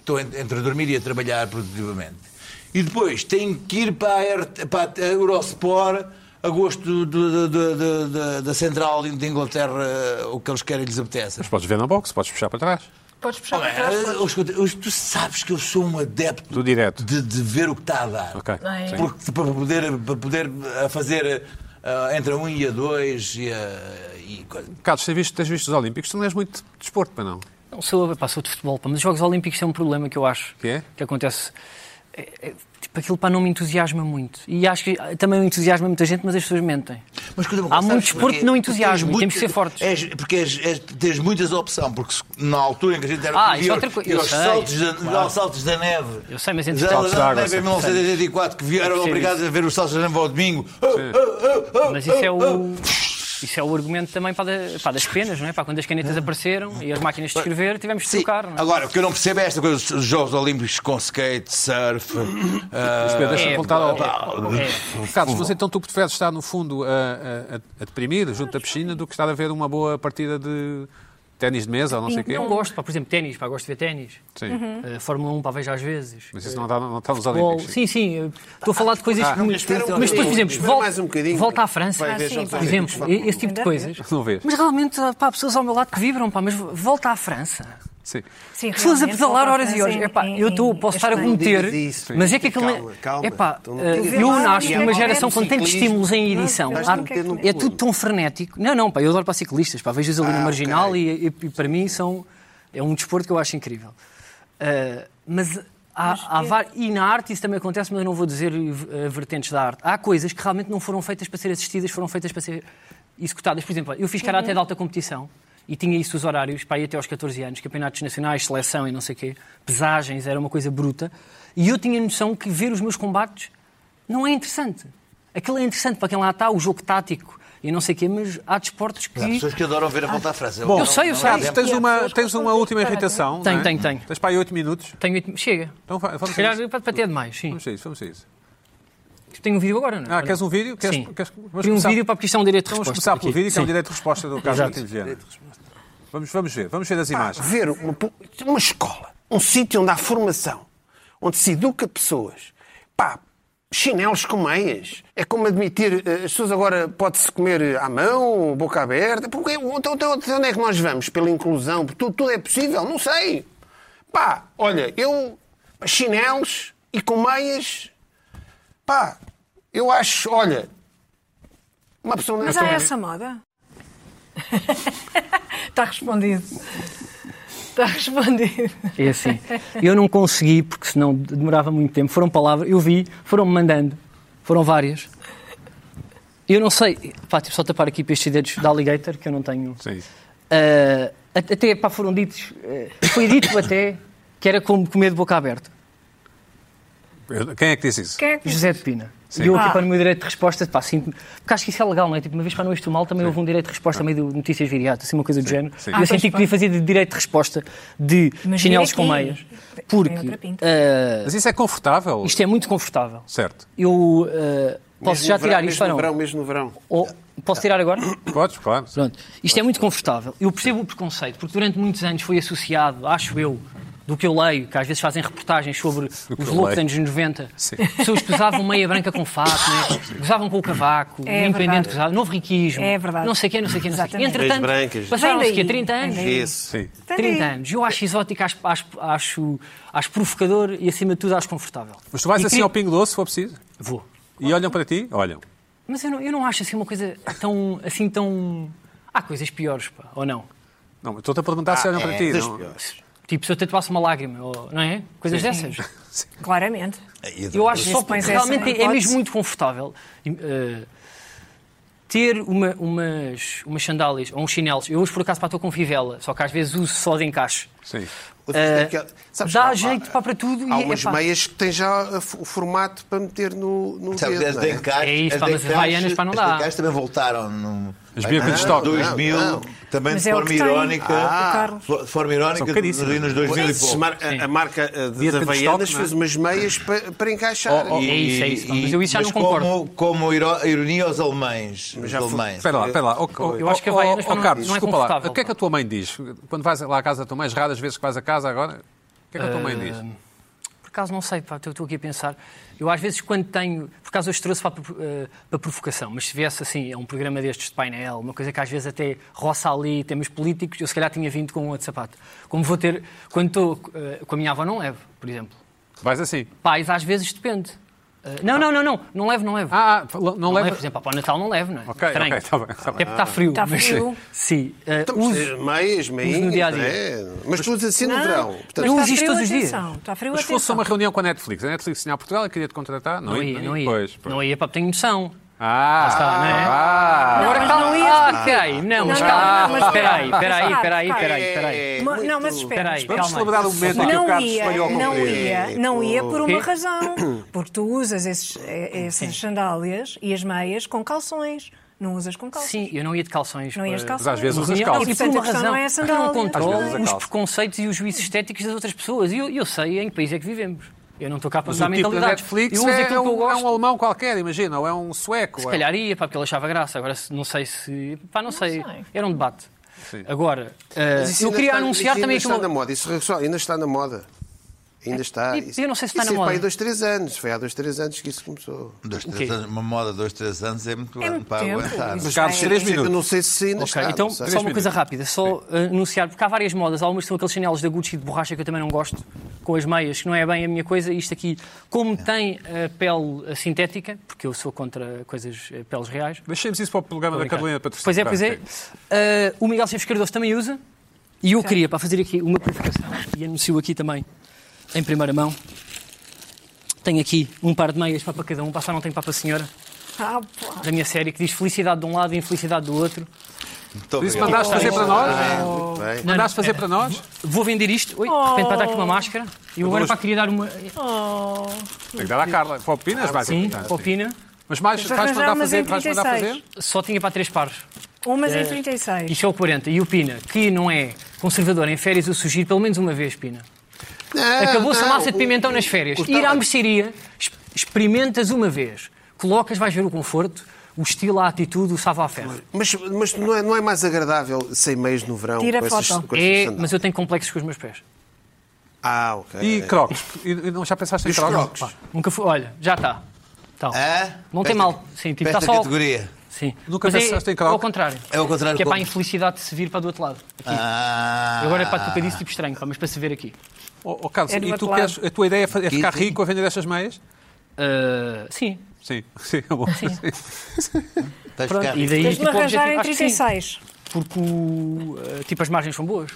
estou en- entre a dormir e a trabalhar produtivamente. E depois tenho que ir para a, RT para a Eurosport a gosto do- do- do- do- do- da central de Inglaterra, o que eles querem lhes apeteça.
Mas podes ver na box, podes puxar para trás.
Podes puxar
Oh,
para
man,
trás.
eu- eu- escuta, eu- tu sabes que eu sou um adepto
Do direto.
De, de ver o que está a dar.
Ok.
é
Bem.
Sim.
Porque para poder, para poder a fazer ah, entre a 1 e a 2 e a. E coisa.
Carlos, tens visto, tens visto os Olímpicos? Tu não és muito de desporto, para não?
Não, sou, pá, sou de futebol, pá, mas os Jogos Olímpicos é um problema que eu acho
Que é?
acontece. É, é, tipo, aquilo pá, não me entusiasma muito. E acho que ah, também entusiasma muita gente, mas as pessoas mentem.
Mas, escuta,
Há muito
sabes
desporto
porquê?
que não
Porque tens
entusiasma,
muito-
temos que ser fortes.
és- porque és- és- tens muitas opções, porque se- na altura em que a gente era
Ah, isso
e
é
aos-
outra coisa.
e
Eu
aos
sei.
saltos, da,
Claro.
aos saltos da neve.
Eu sei, mas entre
Os
saltos
saltos da
de água,
neve
sim.
em 1984, que vieram
percebo
obrigados a ver os saltos da neve ao domingo. Oh, oh, oh, oh,
Mas isso é
oh,
o. Isso é o argumento também pá, da- pá, das penas, não é? Pá, quando as canetas apareceram e as máquinas de escrever, tivemos de
Sim.
trocar. Não é?
Agora, o que eu não percebo é esta coisa dos Jogos Olímpicos com skate, surf. ah,
Espera, deixa-me
é,
voltar ao.
é, é.
Carlos, mas então tu preferes estar no fundo a, a- a- a deprimir, junto da piscina, do que estar a ver uma boa partida de ténis de mesa ou não sei o quê?
Não gosto, pá, por exemplo, ténis, pá, gosto de ver ténis.
Sim.
Eh, Fórmula 1, pá, vejo às vezes.
Mas isso não está, não está nos
Futebol.
Olímpicos.
Sim, sim, eu estou a falar de coisas que... Mas
espera um
depois, por
bocadinho,
exemplo,
espera
volta,
mais um bocadinho.
volta à França,
Vai
Ah,
ver
sim,
jogos
pá.
por
olímpicos, um
exemplo,
vá.
esse tipo de coisas.
Não vês?
Mas realmente pá, há pessoas ao meu lado que vibram, pá, mas volta à França.
Sim.
Sim,
Pessoas a
realmente,
pedalar
só
horas e
para
horas.
em-
Epá,
em-
eu estou,
em
posso estar a
Espanha.
cometer,
digas isso,
mas é que aquele.
calma, calma.
Epá,
Tu não
eh,
digas
eu
isso.
nasci
Não,
numa
não,
geração com
não,
tantos
ciclismo.
estímulos em edição.
Não,
Há-
não, não, não.
É tudo tão frenético. Não, não, pá, eu adoro para ciclistas, pá, vejo-os ali
Ah,
no marginal
ok.
e, e- e para mim são. É um desporto que eu acho incrível. Eh, mas. Há, há var- E na arte isso também acontece, mas eu não vou dizer eh, vertentes da arte. Há coisas que realmente não foram feitas para ser assistidas, foram feitas para ser executadas. Por exemplo, eu fiz karate de alta competição e tinha isso os horários, para ir até aos 14 anos, campeonatos nacionais, seleção e não sei o quê, pesagens, era uma coisa bruta. E eu tinha a noção que ver os meus combates não é interessante. Aquilo é interessante para quem lá está, o jogo tático e não sei o quê, mas há desportos que.
Há pessoas que adoram ver a volta à França.
Bom,
não-
eu sei, eu
não
sei.
é
Tens
E há
uma,
pessoas
tens
que
uma
gostam
última
de parar.
irritação.
Tenho,
não é?
tenho, tenho.
Tens para aí 8 minutos.
Tenho... Chega.
Então vai- vamos
Se
a
calhar
isso.
para para ter demais, sim.
Vamos a isso, vamos a isso.
Tenho um vídeo agora, não é?
Ah, queres um vídeo? Queres,
Sim.
queres- vamos
Tenho um
começar-
vídeo para a questão de direito de
Vamos
resposta.
começar pelo
aqui.
vídeo, que é o
Sim.
direito de resposta do Carlos
Exato.
Martins Viana. Vamos, vamos ver, vamos ver as imagens.
Ver uma, pu- uma escola, um sítio onde há formação, onde se educa pessoas, pá, chinelos com meias. É como admitir, eh, as pessoas agora pode-se comer eh, à mão, boca aberta. Porque, então, então, então onde é que nós vamos? Pela inclusão, tudo, tudo é possível, não sei. Pá, olha, eu chinelos e com meias, pá, eu acho, olha, uma pessoa é
Mas há essa
[laughs]
moda?
Tá
Está respondido. Está Tá respondido.
É assim. Eu não consegui, porque senão demorava muito tempo. Foram palavras, eu vi, foram-me mandando. Foram várias. Eu não sei. Pá, tive só tapar aqui para estes dedos da Alligator, que eu não tenho.
Sim.
Ah, at- até pá, foram ditos. ah, foi dito até que era como comer de boca aberta.
Eu- Quem é que disse isso?
Quem é que-
José de Pina. E eu
Ah.
aqui para no meu direito de resposta, pá, sinto-me. Porque acho que isso é legal, não é? Tipo, uma vez para não isto mal, também houve um direito de
Ah.
resposta meio do Notícias Viriato, assim, uma coisa do género.
sim. Ah,
E eu
pois
senti que podia
foi.
fazer de direito de resposta de
Mas
chinelos
vira
com
aqui.
meias.
Tem
Porque
outra pinta.
ah,
Mas isso é confortável?
isto é muito confortável.
Certo.
Eu ah, posso já tirar isto ou
mesmo
não?
no verão, mesmo no verão.
Ou- posso tirar agora?
Podes, claro.
Pronto. Isto é muito confortável. Eu percebo o preconceito, porque durante muitos anos foi associado, acho eu, do que eu leio, que às vezes fazem reportagens sobre
que
os
eu
loucos
leio.
anos 90.
Sim.
Pessoas que usavam meia branca com fato, né? usavam com o
É
cavaco, o
verdade.
independente que usava, novo riquismo,
É verdade.
não sei o quê, não sei o quê, não sei o quê.
Exatamente.
Entretanto,
Meias brancas.
passaram-se
Vem
quê?
daí.
30 anos?
Vem daí.
É Isso.
Sim.
30 anos. Eu acho exótico, acho, acho, acho, acho provocador e, acima de tudo, acho confortável.
Mas tu vais
E
assim
queria-
ao Pingo Doce, se for preciso?
Vou.
E olham para ti? Olham.
Mas eu não, eu não acho assim uma coisa tão. assim tão. Há coisas piores, pá, ou não?
Não, mas estou-te a perguntar
Ah,
se olham
é,
para ti.
das
não?
piores.
Tipo, se eu tatuasse uma lágrima, ou, não é? Coisas dessas.
Claramente.
Eu acho
Isso
só porque
põe-se essa
assim,
realmente é,
hipótese.
mesmo muito confortável eh, ter uma- umas, umas sandálias ou uns chinelos. Eu hoje, por acaso, pá, estou com fivela, só que às vezes uso só de encaixe.
Sim.
Eh,
Aquela- é sabes,
dá
há-
jeito pá, para tudo
Há
e
umas
epá,
meias que têm já a f- o formato para meter no, no
Sabes,
dedo.
as
não é?
de encaixe.
É isto,
as
pá,
de
mas as
encaixe-
vaianas, pá, não
as
dá. Tipo
de encaixe também voltaram. No...
As Bia Birkenstock.
2000,
Não, não.
também
Mas
de
é o
forma
que tem.
irónica.
Ah. Carlos.
de forma
São
irónica,
caríssimas.
ali nos 2000 e
Se
pouco.
mar- a, a marca eh, de-
Dia
das
de Woodstock,
Havaianas
não é?
fez umas meias pa- para, encaixar.
oh,
E-
é isso, é isso, mas eu isso já não
Como,
concordo.
como iro- ironia aos alemães. Os
já fui-
alemães.
Espera lá, espera lá. Oh, oh,
Eu acho que a Havaianas
oh, oh,
não-
Carlos,
não é
desculpa lá.
confortável,
O que é que
pá.
a tua mãe diz? Quando vais lá à casa da tua mãe, as raras vezes que vais a casa agora, o que é que a tua mãe diz?
Por acaso, não sei, pá, estou estou aqui a pensar. Eu às vezes, quando tenho. Por acaso, hoje trouxe para, eh, para provocação, mas se viesse assim, a um programa destes de painel, uma coisa que às vezes até roça ali temas políticos, eu se calhar tinha vindo com um outro sapato. Como vou ter. Quando estou eh, com a minha avó, não levo, por exemplo.
Vais assim.
Pais, às vezes, depende. Eh, não, não, não, não, não levo, não levo.
Ah, ah, não,
não levo,
leva.
por exemplo, para o Natal não levo, não é?
Ok,
Estranho. Tipo,
ok, Ah. Então, está bem, está bem.
Até porque está frio.
Está
mas-
frio.
[laughs] Sim. eh,
Estamos
uso,
eh, meias, meias.
dia-a-dia.
Mas tu usas assim no verão. Portanto,
Não
Está
uso
Tá frio,
isto todos os dias.
atenção. Está frio,
Mas se fosse
atenção.
uma reunião com a Netflix, a Netflix tinha a Portugal e queria te contratar, não,
não ia, não ia.
Pois, pois.
Não ia, pá, porque tenho noção.
Ah,
está, não é?
ah,
Não,
Agora
mas
tá-
não ia.
Ah, ok. Não, mas
Não,
calma.
não, mas é
Espera aí,
calma.
espera aí,
Calma,
espera aí,
calma.
espera aí, espera aí.
Uma- Não, mas espera.
Espera aí,
Vamos
calma.
celebrar o momento em que o
Não
Carlos
ia,
espanhol
não
compreende.
comprido.
ia, não ia por uma
Quê? [coughs]
razão. Porque tu usas esses, eh, essas sandálias e as meias com calções. Não usas com calções.
Sim, eu não ia de calções.
Não ias de
para-
calções.
Mas às vezes
Não,
usas
e
calças.
E,
por uma
portanto, a questão
razão,
não é essa
porque eu não
delas.
Às vezes a
controlo os
calça.
preconceitos e os juízos estéticos das outras pessoas. E eu, eu sei em que país é que vivemos. Eu não estou cá para
Mas
usar
o tipo da
mentalidades.
Netflix
eu uso
é,
aquilo que eu
um, é
gosto.
um alemão qualquer, imagina, ou é um sueco.
Se
ou é-
calhar ia, pá, porque ele achava graça. Agora se- não sei se. Pá, não, sei.
sei.
Era um debate.
Sim.
Agora, eh,
mas isso
eu
ainda
queria
está-
anunciar
isso Ainda
também que
está na
uma-
moda. Isso só, ainda está na moda. Ainda está.
E- eu não sei se está
isso é
na moda.
Foi há dois, três anos. Foi há dois, três anos que isso começou.
Dois,
O
três
quê?
anos- uma moda de dois, três anos é muito
É
ano
muito
para
tempo.
aguentar.
Isso
Carlos, três
é-
Por isso é que Eu
minutos.
não sei se ainda
Ok,
está.
então
tá, não
só
sei.
uma
Três
coisa
minutos.
rápida, só eh, anunciar, porque há várias modas. Algumas são aqueles chinelos da Gucci de borracha que eu também não gosto, com as meias, que não é bem a minha coisa. Isto aqui, como
É.
tem a pele eh, sintética, porque eu sou contra coisas, eh, peles reais.
Deixemos isso para o programa da
Obrigado.
Carolina Patrocínio.
Pois é, pois é. Eh, o Miguel Silves Cardoso também usa, e eu queria, para fazer aqui uma provocação, e anuncio aqui também, em primeira mão, tenho aqui um par de meias para para cada um, para só não tenho para para a senhora,
Ah, pá.
da minha série, que diz felicidade de um lado e infelicidade do outro.
Muito
Isso
obrigado.
mandaste fazer para nós?
Muito bem.
Mandaste fazer para nós?
Vou vender isto. Oi, de repente para dar aqui
Oh.
uma máscara. E eu agora para queria dar uma.
Tem que dar à Carla. Para opinas, vai.
Sim,
Tá,
opina.
Mas mais,
Mas
vais mandar
arranjar umas
fazer?
em
Vais mandar
36.
fazer?
Só tinha para três pares.
Umas em
É.
36.
Isto é o 40. E o Pina, que não é conservador em férias, eu sugiro pelo menos uma vez, Pina.
Não,
Acabou-se a
Ah, não,
massa de
o-
pimentão nas férias.
o-
Ir à mercearia, ex- experimentas uma vez. Colocas, vais ver o conforto, o estilo, a atitude, o salvo à ferro.
Mas, mas não, é, não é mais agradável sem meios no verão?
Tira
com
foto.
essas- com essas
É,
sandálias?
mas eu tenho complexos com os meus pés.
Ah, ok.
E crocs? E, e não, já pensaste em
E os
crocs?
crocs?
Pá, nunca fui. Olha, já está. Então,
Ah,
Hã?
Não tem
Esta-
mal. Sim, tipo,
esta
está só-
categoria.
sim.
Nunca
Mas
pensaste
é,
em croc?
ao contrário.
É o contrário
Que é para a
como?
infelicidade de se vir para do outro lado. Aqui.
Ah.
Agora é para tu para disso tipo estranho, pá, mas para se ver aqui.
Oh, oh, Carlos,
É do
e tu
outro
queres, a tua ideia é fa- é ficar
E-
rico a vender estas meias?
Ah, sim.
Sim, [laughs] sim, é bom.
Estás
Pronto,
cá.
e daí
Tens de me
tipo, o
arranjar
objetivo-
em
acho que
36.
sim, porque o, eh, tipo, as margens são boas.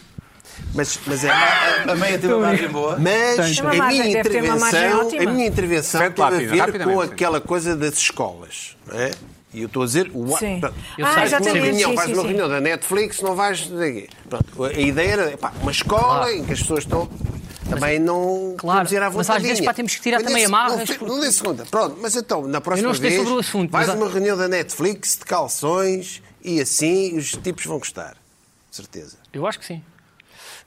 Mas, mas é.
A meia tem uma margem boa.
Mas
Tem
a
uma margem,
minha,
deve ter uma margem
intervenção, a
ótima.
minha intervenção
Sente
teve a
lá, Pina,
ver
rapidamente,
com
sim.
aquela coisa das escolas. não é? E eu estou a dizer. o-
Sim.
pronto,
Eu
Ah,
sei,
Uma
exatamente.
reunião,
Sim,
vais
sim,
uma
sim.
reunião da Netflix, não vais. Pronto, a ideia era pá, uma escola em que as pessoas estão. Também não.
Ah. Claro,
vamos ir à
mas às vezes,
vontadinha.
pá, temos que tirar
Mas
também
nesse-
amarras,
Não,
porque-
não dê segunda. Pronto, mas então, na próxima
não estou
vez.
sobre o assunto,
Vais
mas há-
uma reunião da Netflix de calções e assim os tipos vão gostar. Certeza.
Eu acho que sim.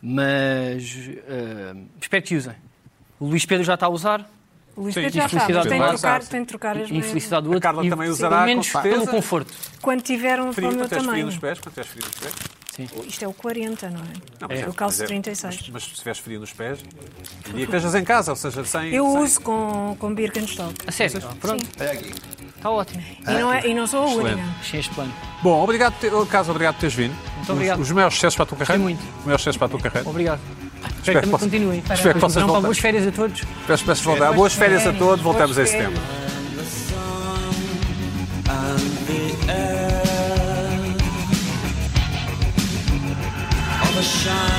Mas eh, espero que usem. O Luís Pedro já está a usar.
O Luís
Sim,
Pedro já está, mas
infelicidade
tem de
do
Barça.
trocar, tem de trocar as
E infelicidade do outro.
Carla
e,
também
sim,
usará,
pelo menos
com
pelo
certeza.
conforto.
Quando tiver um para o
Frio,
meu
para teres frio nos
tamanho.
pés, para teres frio nos pés.
Isto é o 40, não é?
Não, mas
Eu calço
mas
36.
Mas, mas se tiveres frio nos pés, e que estejas em casa, ou seja, sem.
Eu
sem-
uso com, com Birkenstock.
A sério? Pronto,
É
Olha aqui.
está ótimo.
E não, é, e não sou a
Ah, Excelente.
única.
Achei este plano.
Bom, obrigado, te- Carlos, obrigado por teres vindo. Muito
obrigado.
Os, os maiores sucessos para a tua carreira.
muito.
Os maiores sucessos para a tua carreira.
Obrigado.
Espero
Espero
que
que
possa-
continuem.
espero que possas
Verão para
voltar.
Boas férias a todos.
Peço, peço voltar. Boas férias a todos, voltamos a esse tema.
the shine